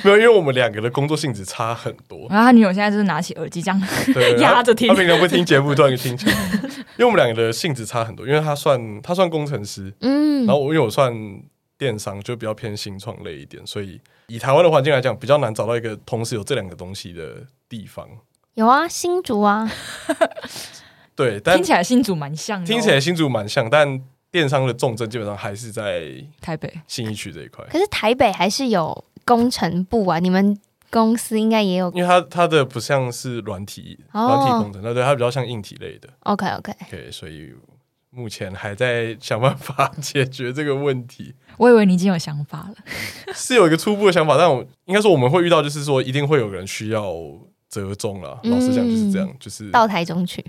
Speaker 3: 没有，因为我们两个的工作性质差很多。
Speaker 5: 然后他女友现在就是拿起耳机这样，
Speaker 3: 对，
Speaker 5: 压着
Speaker 3: 他
Speaker 5: 听
Speaker 3: 他平常不听节目，突然听起来，因为我们两个的性质差很多。因为他算他算工程师，
Speaker 4: 嗯
Speaker 3: 然后我因为我算电商，就比较偏新创类一点，所以以台湾的环境来讲，比较难找到一个同时有这两个东西的地方。
Speaker 4: 有啊，新 竹啊，
Speaker 3: 对，但
Speaker 5: 听起来新主蛮像的哦、
Speaker 3: 听起来新竹蛮像，但电商的重镇基本上还是在
Speaker 5: 台北。
Speaker 3: 信义区这一块，
Speaker 4: 可是台北还是有工程部啊，你们公司应该也有。
Speaker 3: 因为它它的不像是软体
Speaker 4: 哦
Speaker 3: 软体工程，那对它比较像硬体类的。
Speaker 4: OK OK，
Speaker 3: 对，所以目前还在想办法解决这个问题，
Speaker 5: 我以为你已经有想法了，
Speaker 3: 是有一个初步的想法，但我应该说我们会遇到，就是说一定会有人需要折中啦。
Speaker 4: 嗯
Speaker 3: 老实讲就是这样，就是
Speaker 4: 到台中去，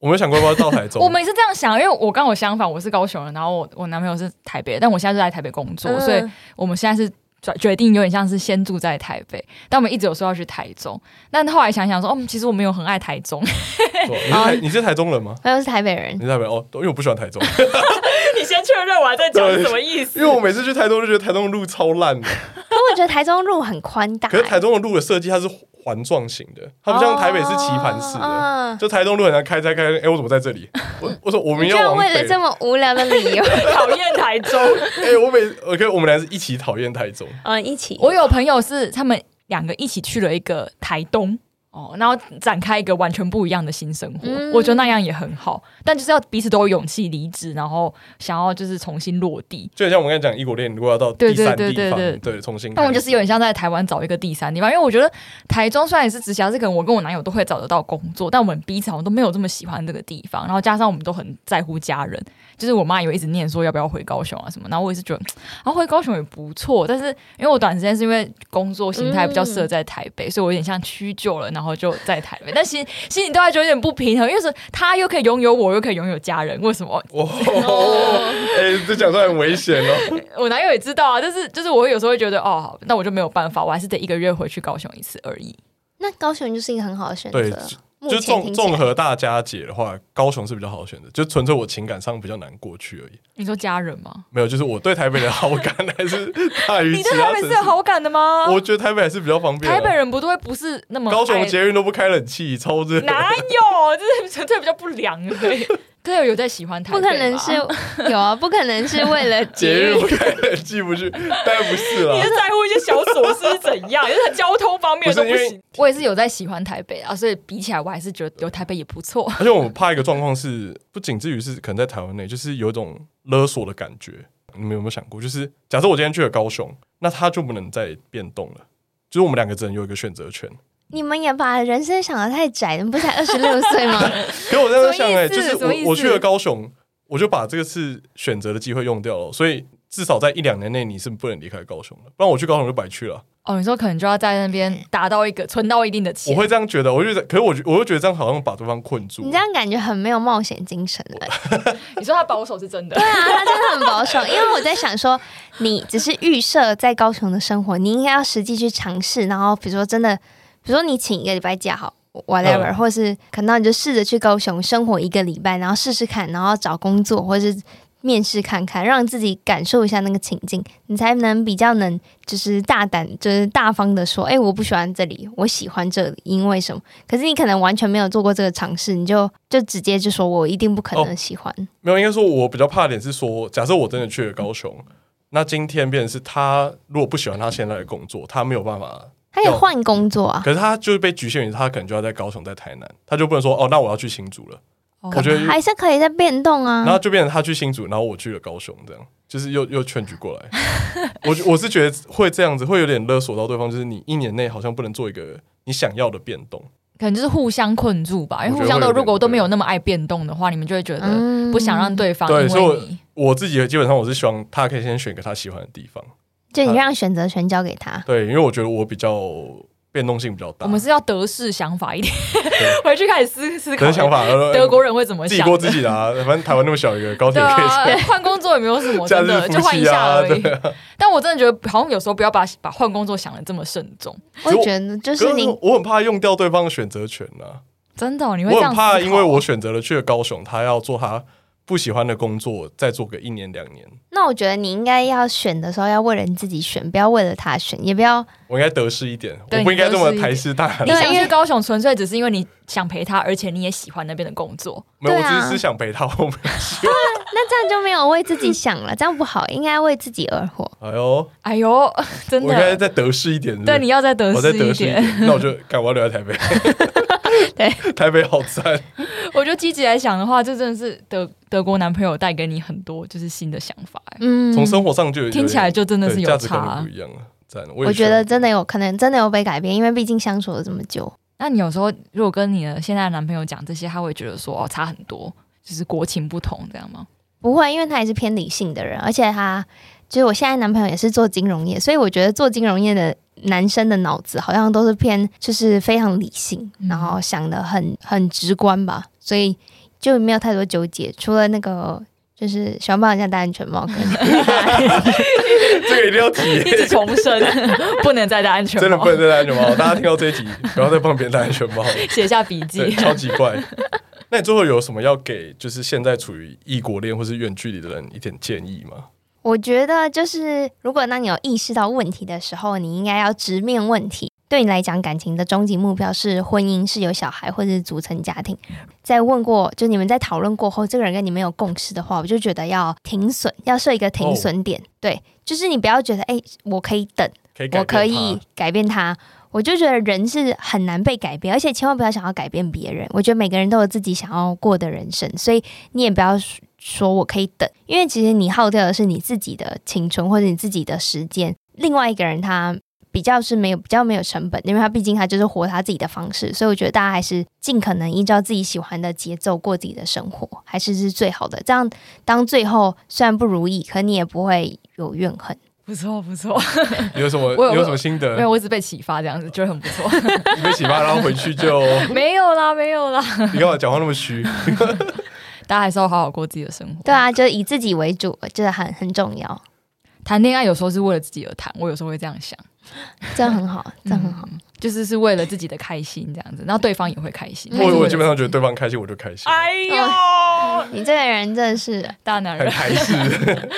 Speaker 3: 我没有想过要不要到台 中，哦
Speaker 5: 我们也是这样想，因为我刚好相反，我是高雄人，然后我我男朋友是台北，但我现在是在台北工作，所以
Speaker 4: 嗯
Speaker 5: 我们现在是转决定有点像是先住在台北，但我们一直有说要去台中，但后来想想说，嗯，其实我没有很爱台中，
Speaker 3: 对你是台你是台中人吗？
Speaker 4: 我又是台北人
Speaker 3: 你，是台北哦，因为我不喜欢 台中，
Speaker 5: 你先确认我还在讲什么意思
Speaker 3: 因为我每次去台中就觉得台中的路超烂 的。
Speaker 4: 可我觉得台中路很宽大、欸
Speaker 3: 可是台中的路的设计它是环状型的，它不像台北是棋盘式的。
Speaker 4: 哦嗯
Speaker 3: 就台中路很难开拆开，哎、我怎么在这里？我我说我们
Speaker 4: 你居
Speaker 3: 要
Speaker 4: 然
Speaker 3: 往
Speaker 4: 为
Speaker 3: 北
Speaker 4: 了。这么无聊的理由，
Speaker 5: 讨厌台中。
Speaker 3: 哎、我每我跟我们俩是一起讨厌台中，
Speaker 4: 嗯，一起，
Speaker 5: 我有朋友是他们两个一起去了一个台东。哦，然后展开一个完全不一样的新生活，
Speaker 4: 嗯
Speaker 5: 我觉得那样也很好。但就是要彼此都有勇气离职，然后想要就是重新落地。
Speaker 3: 就很像我们刚才讲异国恋，如果要到第
Speaker 5: 对对
Speaker 3: 三
Speaker 5: 对
Speaker 3: 地方，
Speaker 5: 对
Speaker 3: 对
Speaker 5: 对
Speaker 3: 重新开始，
Speaker 5: 但我就是有点像在台湾找一个第三地方，因为我觉得台中虽然也是直辖市，可能我跟我男友都会找得到工作，但我们彼此好像都没有这么喜欢这个地方。然后加上我们都很在乎家人，就是我妈有一直念说要不要回高雄啊什么，然后我也是觉得，然后回高雄也不错，但是因为我短时间是因为工作形态比较适合在台北，所以我有点像屈就了，然后就在台北，但心心里都还觉得有点不平衡，因为是他又可以拥有我，又可以拥有家人，为什么
Speaker 2: 哦，哎，这讲出来很危险哦。
Speaker 5: 我男友也知道啊，但是就是我有时候会觉得，哦，好那我就没有办法，我还是得一个月回去高雄一次而已。
Speaker 4: 那高雄就是一个很好的选
Speaker 3: 对
Speaker 4: 择。目
Speaker 3: 就
Speaker 4: 前
Speaker 3: 是综
Speaker 4: 听起来
Speaker 3: 综合大家解的话，高雄是比较好的选择，就纯粹我情感上比较难过去而已。
Speaker 5: 你说家人吗？
Speaker 3: 没有，就是我对台北的好感还是大于
Speaker 5: 你
Speaker 3: 其
Speaker 5: 对
Speaker 3: 他
Speaker 5: 台
Speaker 3: 城
Speaker 5: 北
Speaker 3: 市
Speaker 5: 是。有好感的吗？
Speaker 3: 我觉得台北还是比较方便啊。
Speaker 5: 台北人不都会不是那么
Speaker 3: 高雄
Speaker 5: 爱
Speaker 3: 捷运都不开冷气，超热。
Speaker 5: 哪有？这是纯粹比较不良 而已。真的有在喜欢台
Speaker 4: 不
Speaker 5: 北
Speaker 4: 可
Speaker 5: 吗
Speaker 4: 能是 有啊，不可能是为了
Speaker 3: 节
Speaker 4: 节
Speaker 3: 日
Speaker 4: 日
Speaker 3: 不开冷气不去，当然不是
Speaker 5: 你
Speaker 3: 啦
Speaker 5: 是。在乎一些小琐事是怎 样？就是交通方面
Speaker 3: 不是
Speaker 5: 都不
Speaker 3: 因为
Speaker 5: 行。我也是有在喜欢台北啊，所以比起来我还是觉得有台北也不错。
Speaker 3: 而且我怕一个状况是，不仅至于是可能在台湾内，就是有一种勒索的感觉。你们有没有想过，就是假设我今天去了高雄，那它就不能再变动了，就是我们两个只能有一个选择权。
Speaker 4: 你们也把人生想的太窄，你们不才二十六岁吗？
Speaker 3: 可我在想、哎，
Speaker 5: 什
Speaker 3: 就
Speaker 5: 么意思
Speaker 3: 是
Speaker 5: 什么意
Speaker 3: 我
Speaker 5: 思
Speaker 3: 我去了高雄，我就把这个次选择的机会用掉了，所以至少在一两年内你是不能离开高雄的，不然我去高雄就白去了。
Speaker 5: 哦，你说可能就要在那边达到一个存到一定的钱，
Speaker 3: 我会这样觉得，我就觉得，可是我觉我又觉得这样好像把对方困住。
Speaker 4: 你这样感觉很没有冒险精神哎、
Speaker 5: 你说他保守是真的，
Speaker 4: 对啊，他真的很保守，因为我在想说，你只是预设在高雄的生活，你应该要实际去尝试。然后比如说真的，比如说你请一个礼拜假好，whatever，、
Speaker 3: 嗯
Speaker 4: 或是可能你就试着去高雄生活一个礼拜，然后试试看，然后找工作或是面试看看，让自己感受一下那个情境，你才能比较能就是大胆就是大方的说，哎、我不喜欢这里，我喜欢这里，因为什么？可是你可能完全没有做过这个尝试，你就就直接就说我一定不可
Speaker 3: 哦
Speaker 4: 能喜欢。
Speaker 3: 没有，应该说我比较怕的点是说，假设我真的去了高雄，那今天变成是他如果不喜欢他现在的工作，他没有办
Speaker 5: 啊
Speaker 3: 法，
Speaker 4: 他可以
Speaker 3: 要
Speaker 4: 换工作啊，
Speaker 3: 可是他就是被局限于他可能就要在高雄，在台南，他就不能说哦，那我要去新竹了，
Speaker 5: 哦
Speaker 3: 我觉得。
Speaker 4: 还是可以再变动
Speaker 5: 嗯
Speaker 3: 然后
Speaker 4: 啊。
Speaker 3: 就变成他去新竹，然后我去了高雄，这样就是又又劝举过来。我我是觉得会这样子，会有点勒索到对方，就是你一年内好像不能做一个你想要的变动。
Speaker 5: 可能就是互相困住吧，因为互相
Speaker 3: 我觉得会有
Speaker 5: 都
Speaker 3: 点
Speaker 5: 如果都没有那么爱变动的话，你们就会觉得
Speaker 4: 嗯
Speaker 5: 不想让，对方
Speaker 3: 对
Speaker 5: 因
Speaker 3: 所以我
Speaker 5: 为你。
Speaker 3: 我自己基本上我是希望他可以先选一个他喜欢的地方，
Speaker 4: 就你让选择权交给他。
Speaker 3: 对，因为我觉得我比较变动性比较大。
Speaker 5: 我们是要德式想法一点，回去开始思思
Speaker 3: 可
Speaker 5: 考
Speaker 3: 能想法，呃
Speaker 5: 德国人会怎么
Speaker 3: 自己
Speaker 5: 想
Speaker 3: 过
Speaker 5: 的。
Speaker 3: 自己的啊，反正台湾那么小一个高铁
Speaker 5: 对
Speaker 3: 也可以
Speaker 5: 啊
Speaker 3: 上，，
Speaker 5: 换工作也没有什么
Speaker 3: 假
Speaker 5: 真
Speaker 3: 日
Speaker 5: 的，
Speaker 3: 夫
Speaker 5: 就换一
Speaker 3: 妻
Speaker 5: 下
Speaker 3: 啊，
Speaker 5: 而已
Speaker 3: 对。啊。
Speaker 5: 但我真的觉得，好像有时候不要把把换工作想的这么慎重。
Speaker 4: 我也觉得就
Speaker 3: 可是
Speaker 4: 是你，
Speaker 3: 我很怕用掉对方的选择权啊，
Speaker 5: 真的哦、你会这
Speaker 3: 我
Speaker 5: 样
Speaker 3: 很
Speaker 5: 思考
Speaker 3: 怕因为我选择了去了高雄，他要做他不喜欢的工作，再做个一年两年，
Speaker 4: 那我觉得你应该要选的时候要为了你自己选，不要为了他选，也不要
Speaker 3: 我应该得失一点，
Speaker 5: 对
Speaker 3: 我不应该这么
Speaker 5: 你得失
Speaker 3: 台
Speaker 5: 一点
Speaker 3: 式大喊
Speaker 5: 你啊
Speaker 4: 对。
Speaker 5: 想
Speaker 4: 因
Speaker 5: 去
Speaker 4: 为
Speaker 5: 高雄，纯粹只是因为你想陪他，而且你也喜欢那边的工作。
Speaker 3: 没有，我
Speaker 4: 对啊
Speaker 3: 只是想陪他，我没有 希
Speaker 4: 那这样就没有为自己想了，这样不好，应该为自己而活。
Speaker 3: 望。哎呦，
Speaker 5: 哎呦， 真
Speaker 3: 我应该
Speaker 5: 的，
Speaker 3: 再得失一点。是不是
Speaker 5: 对，你要再
Speaker 3: 我
Speaker 5: 得
Speaker 3: 再
Speaker 5: 失
Speaker 3: 得
Speaker 5: 一
Speaker 3: 失一
Speaker 5: 点。
Speaker 3: 点，那我就赶我要留在台 北。
Speaker 4: 对，
Speaker 3: 台北好赞。
Speaker 5: 嗯我觉得积极来想的话，这真的是德德国男朋友带给你很多就是新的想法、欸
Speaker 4: 嗯，
Speaker 3: 从生活上就有
Speaker 5: 听起来就真的是
Speaker 3: 对
Speaker 5: 有
Speaker 3: 价值
Speaker 5: 差啊
Speaker 3: 观不一样了。赞，我也
Speaker 4: 我觉得
Speaker 3: 希望
Speaker 4: 真的有可能，真的有被改变，因为毕竟相处了这么久。
Speaker 5: 那你有时候如果跟你的现在的男朋友讲这些，他会觉得说哦差很多，就是国情不同这样吗？
Speaker 4: 不会，因为他也是偏理性的人，而且他就是我现在男朋友也是做金融业，所以我觉得做金融业的男生的脑子好像都是偏就是非常理性，
Speaker 5: 嗯
Speaker 4: 然后想的很很直观吧，所以就没有太多纠结，除了那个。就是喜欢帮人家戴安全帽，
Speaker 3: 这个一定要提
Speaker 5: 一直重申， 不能再戴安全
Speaker 3: 真的
Speaker 5: 帽
Speaker 3: 不，能再戴安全帽。大家听到这一集，不要再帮别人戴安 全帽了，
Speaker 5: 写下笔
Speaker 3: 对，
Speaker 5: 记。
Speaker 3: 超级怪。那你最后有什么要给就是现在处于异国恋或是远距离的人一点建议吗？
Speaker 4: 我觉得就是如果当你有意识到问题的时候，你应该要直面问题。对你来讲，感情的终极目标是婚姻，是有小孩或者是组成家庭。在问过，就你们在讨论过后，这个人跟你没有共识的话，我就觉得要停损，要设一个停损点。对，就是你不要觉得，哎、我可以等，
Speaker 3: 可以改
Speaker 4: 我
Speaker 3: 变他
Speaker 4: 可以改变他，我就觉得人是很难被改变，而且千万不要想要改变别人。我觉得每个人都有自己想要过的人生，所以你也不要说说我可以等，因为其实你耗掉的是你自己的青春或者你自己的时间。另外一个人他比较是没有比较没有成本，因为他毕竟他就是活他自己的方式，所以我觉得大家还是尽可能依照自己喜欢的节奏过自己的生活，还是是最好的。这样当最后虽然不如意，可你也不会有怨恨。
Speaker 5: 不错不错，
Speaker 3: 你有什么
Speaker 5: 我有
Speaker 3: 你有什么心
Speaker 5: 没有，
Speaker 3: 得？
Speaker 5: 我一直被启发，这样子觉得很不 错。
Speaker 3: 你被启发，然后回去 就
Speaker 5: 没有啦，没有啦，
Speaker 3: 你干嘛讲话那么虚？
Speaker 5: 大家还是要好好过自己的生活。
Speaker 4: 对，啊，就是以自己为主，这很很重要，
Speaker 5: 谈恋爱有时候是为了自己而谈，我有时候会这样想，
Speaker 4: 这样很好，这样很好。
Speaker 5: 就是是为了自己的开心这样子，然后对方也会开心。他也是
Speaker 3: 嗯我
Speaker 5: 为
Speaker 3: 我
Speaker 5: 了
Speaker 3: 基本上觉得对方开心我就开心，
Speaker 5: 哎呦，
Speaker 3: 嗯
Speaker 4: 你这个人真的是
Speaker 5: 大男
Speaker 3: 很
Speaker 5: 人
Speaker 3: 台式，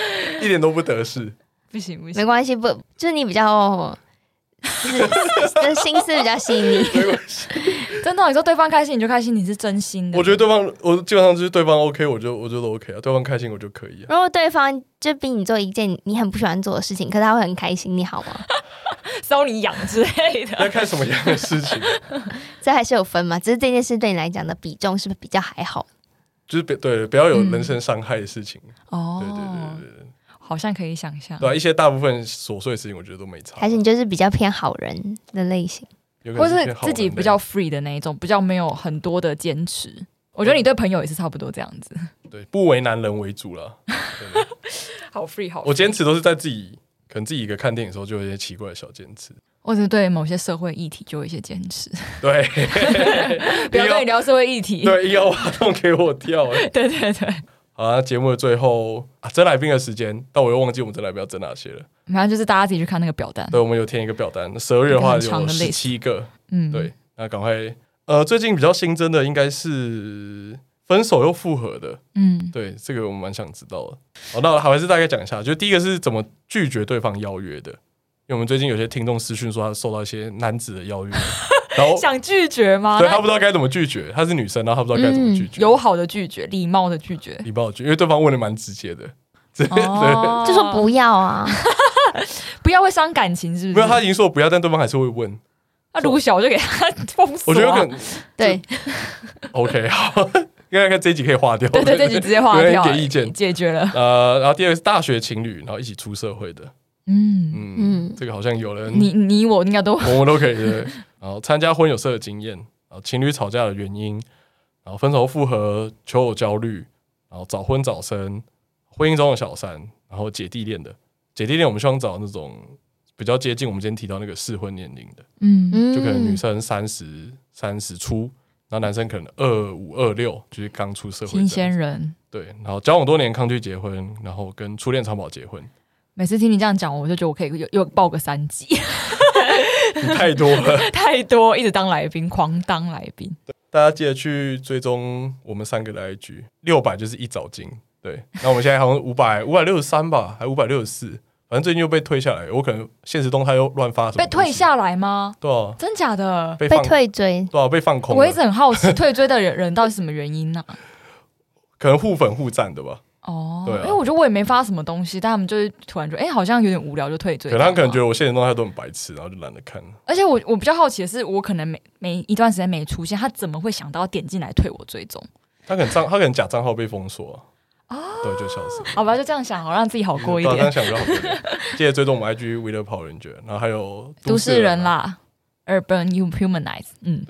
Speaker 3: 一点都不得势。
Speaker 5: 不行不
Speaker 4: 没
Speaker 5: 行，
Speaker 4: 关系，不就是你比较，就是 心思比较细腻。
Speaker 5: 真的，你说对方开心你就开心，你是真心的。
Speaker 3: 我觉得对方，我基本上就是对方 OK，我就我就都 OK 啊，对方开心我就可以啊。
Speaker 4: 如果对方就逼你做一件你很不喜欢做的事情，可他会很开心，你好吗？
Speaker 5: 收你养之类的
Speaker 3: 要。看什么样的事情，
Speaker 4: 这还是有分嘛，只是这件事对你来讲的比重是不是比较还好？
Speaker 3: 就是别对不要有
Speaker 5: 嗯
Speaker 3: 人身伤害的事情。
Speaker 5: 哦
Speaker 3: 对对对对对对，
Speaker 5: 好像可以想象。
Speaker 3: 对啊，一些大部分琐碎的事情我觉得都没差，
Speaker 4: 还是你就是比较偏好人的类型？
Speaker 3: 有可
Speaker 5: 或
Speaker 3: 能
Speaker 5: 是
Speaker 3: 偏好
Speaker 5: 自己
Speaker 3: 玩的
Speaker 5: 比较 free 的那一种，比较没有很多的坚持。我觉得你对朋友也是差不多这样子，
Speaker 3: 对，不为难人为主了。对对对
Speaker 5: 好 free 好 free。
Speaker 3: 我坚持都是在自己，可能自己一个看电影的时候就有一些奇怪的小坚持。
Speaker 5: 或者对某些社会议题就有一些坚持，
Speaker 3: 对
Speaker 5: 不要跟你聊社会议题。
Speaker 3: 对，硬要挖洞给我跳。哎
Speaker 5: 对对对，
Speaker 3: 好啊，节目的最后啊，征来宾的时间，但我又忘记我们征来宾要征哪些了。
Speaker 5: 反正就是大家自己去看那个表单。
Speaker 3: 对，我们有填一个表单，十二月的话
Speaker 5: 一个很
Speaker 3: 有
Speaker 5: 长的
Speaker 3: 十
Speaker 5: list
Speaker 3: 七个。
Speaker 5: 嗯，
Speaker 3: 对，那赶快，呃，最近比较新增的应该是分手又复合的，
Speaker 5: 嗯，
Speaker 3: 对，这个我蛮想知道的。好，那我还是大概讲一下，就第一个是怎么拒绝对方邀约的，因为我们最近有些听众私讯说他受到一些男子的邀 约，然后
Speaker 5: 想拒绝吗？
Speaker 3: 对他不知道该怎么拒绝，她是女生，然后她不知道该怎么拒绝，，
Speaker 5: 友好的拒绝，礼貌的拒绝
Speaker 3: 礼貌拒，因为对方问的蛮直接的， 对
Speaker 5: 哦
Speaker 4: 就说不要啊，
Speaker 5: 不要会伤感情，是不
Speaker 3: 没
Speaker 5: 啊
Speaker 3: 有，
Speaker 5: 是？
Speaker 3: 他已经说不要，但对方还是会问。
Speaker 5: 那卢晓就给他封
Speaker 3: 我
Speaker 5: 锁啊。
Speaker 3: 觉得可能
Speaker 4: 对，
Speaker 3: OK，好， 应该看这一集可以划掉。
Speaker 5: 对对，这集直接划
Speaker 3: 对
Speaker 5: 掉，
Speaker 3: 给意见
Speaker 5: 解决了。
Speaker 3: 呃，然后第二个是大学情侣，然后一起出社会的，
Speaker 5: 嗯，
Speaker 3: 嗯，
Speaker 4: 嗯
Speaker 3: 这个好像有人
Speaker 5: 你你我应该都
Speaker 3: 我们都可以对。然后参加婚友社的经验，然后情侣吵架的原因，然后分手复合、求偶焦虑，然后早婚早生、婚姻中的小三，然后姐弟恋的姐弟恋，我们希望找那种比较接近我们今天提到那个适婚年龄的，
Speaker 5: 嗯
Speaker 4: 嗯，
Speaker 3: 就可能女生三十三十出，然后男生可能二五二六，就是刚出社会这样
Speaker 5: 新
Speaker 3: 子
Speaker 5: 鲜人。
Speaker 3: 对，然后交往多年抗拒结婚，然后跟初恋长跑结婚，
Speaker 5: 每次听你这样讲，我就觉得我可以又 又报个三级，
Speaker 3: 你太多了。
Speaker 5: 太多，一直当来宾，狂当来宾。
Speaker 3: 大家记得去追踪我们三个的 IG，六百就是一早进。对，那我们现在好像五百五百六十三吧，还五百六十四，反正最近又被推下来，我可能现实动态又乱发什么。
Speaker 5: 被退？下来吗？
Speaker 3: 对啊，
Speaker 5: 真假的？
Speaker 3: 被
Speaker 4: 被
Speaker 3: 放
Speaker 4: 退追，
Speaker 3: 对啊，被放空
Speaker 5: 我一
Speaker 3: 了
Speaker 5: 直，很好奇退追的人人 到底是什么原因呢、
Speaker 3: 可能互粉互赞的吧。
Speaker 5: 哦，
Speaker 3: 对啊
Speaker 5: 因为我觉得我也没发什么东西，但他们就是突然觉得，哎、好像有点无聊，就退追。
Speaker 3: 可能他可能觉
Speaker 5: 得，
Speaker 3: 得我现实动态都很白痴，然后就懒得看。
Speaker 5: 而且我我比较好奇的是，我可能每每一段时间没出现，他怎么会想到点进来退我追踪？
Speaker 3: 他可能账，他可能假账号被封锁啊。
Speaker 5: 哦
Speaker 3: 对，就消失了。
Speaker 5: 好吧，就这样想，好让自己好过一
Speaker 3: 对啊这样
Speaker 5: 点。
Speaker 3: 想比较好一点。记得追踪我们 IG We Love 跑人爵，然后还有
Speaker 5: 都市人
Speaker 3: 啦，
Speaker 5: 啦，Urban Humanize，嗯，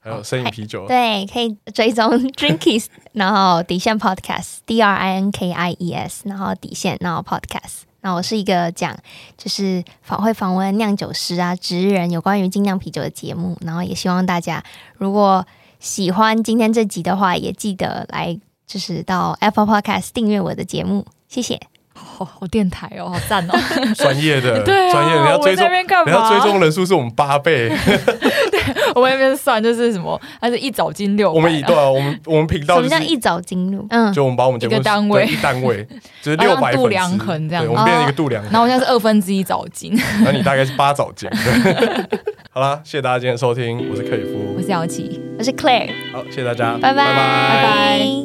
Speaker 3: 还有生饮啤酒。
Speaker 4: 对，可以追踪 Drinkies，然 后底线 Podcast D R I N K I E S，然后底线，然后 Podcast。那我是一个讲就是访会访问酿酒师啊、职人有关于精酿啤酒的节目，然后也希望大家如果喜欢今天这集的话，也记得来就是到 Apple Podcast 订阅我的节目，谢谢。
Speaker 5: 好好电台哦，好赞哦。
Speaker 3: 专业的，
Speaker 5: 对啊
Speaker 3: 专业人家
Speaker 5: 我
Speaker 3: 追
Speaker 5: 在
Speaker 3: 踪，
Speaker 5: 那边干
Speaker 3: 人
Speaker 5: 嘛
Speaker 3: 家追踪人数是我们八 倍，
Speaker 5: 我们那边算就是什么，还是一早进六百啊，
Speaker 3: 我们以对啊，我们我们频
Speaker 4: 什
Speaker 3: 道
Speaker 4: 么
Speaker 3: 就
Speaker 4: 叫
Speaker 3: 是
Speaker 4: 一早进入？嗯，
Speaker 3: 就我们把我们节目
Speaker 5: 一个单位
Speaker 3: 对一单 位就是
Speaker 5: 好像
Speaker 3: 六百
Speaker 5: 度量衡这样
Speaker 3: 我们变成一个度量
Speaker 5: 啊然后
Speaker 3: 衡，
Speaker 5: 我现在是二分之一早进，
Speaker 3: 然后你大概是八早进。对 好啦，谢谢大家今天的收听，我是克里
Speaker 5: 我
Speaker 3: 夫，
Speaker 5: 是姚琪。
Speaker 4: 我是 Claire，
Speaker 3: 好，谢谢大家，
Speaker 4: 拜拜
Speaker 5: 拜拜
Speaker 4: 拜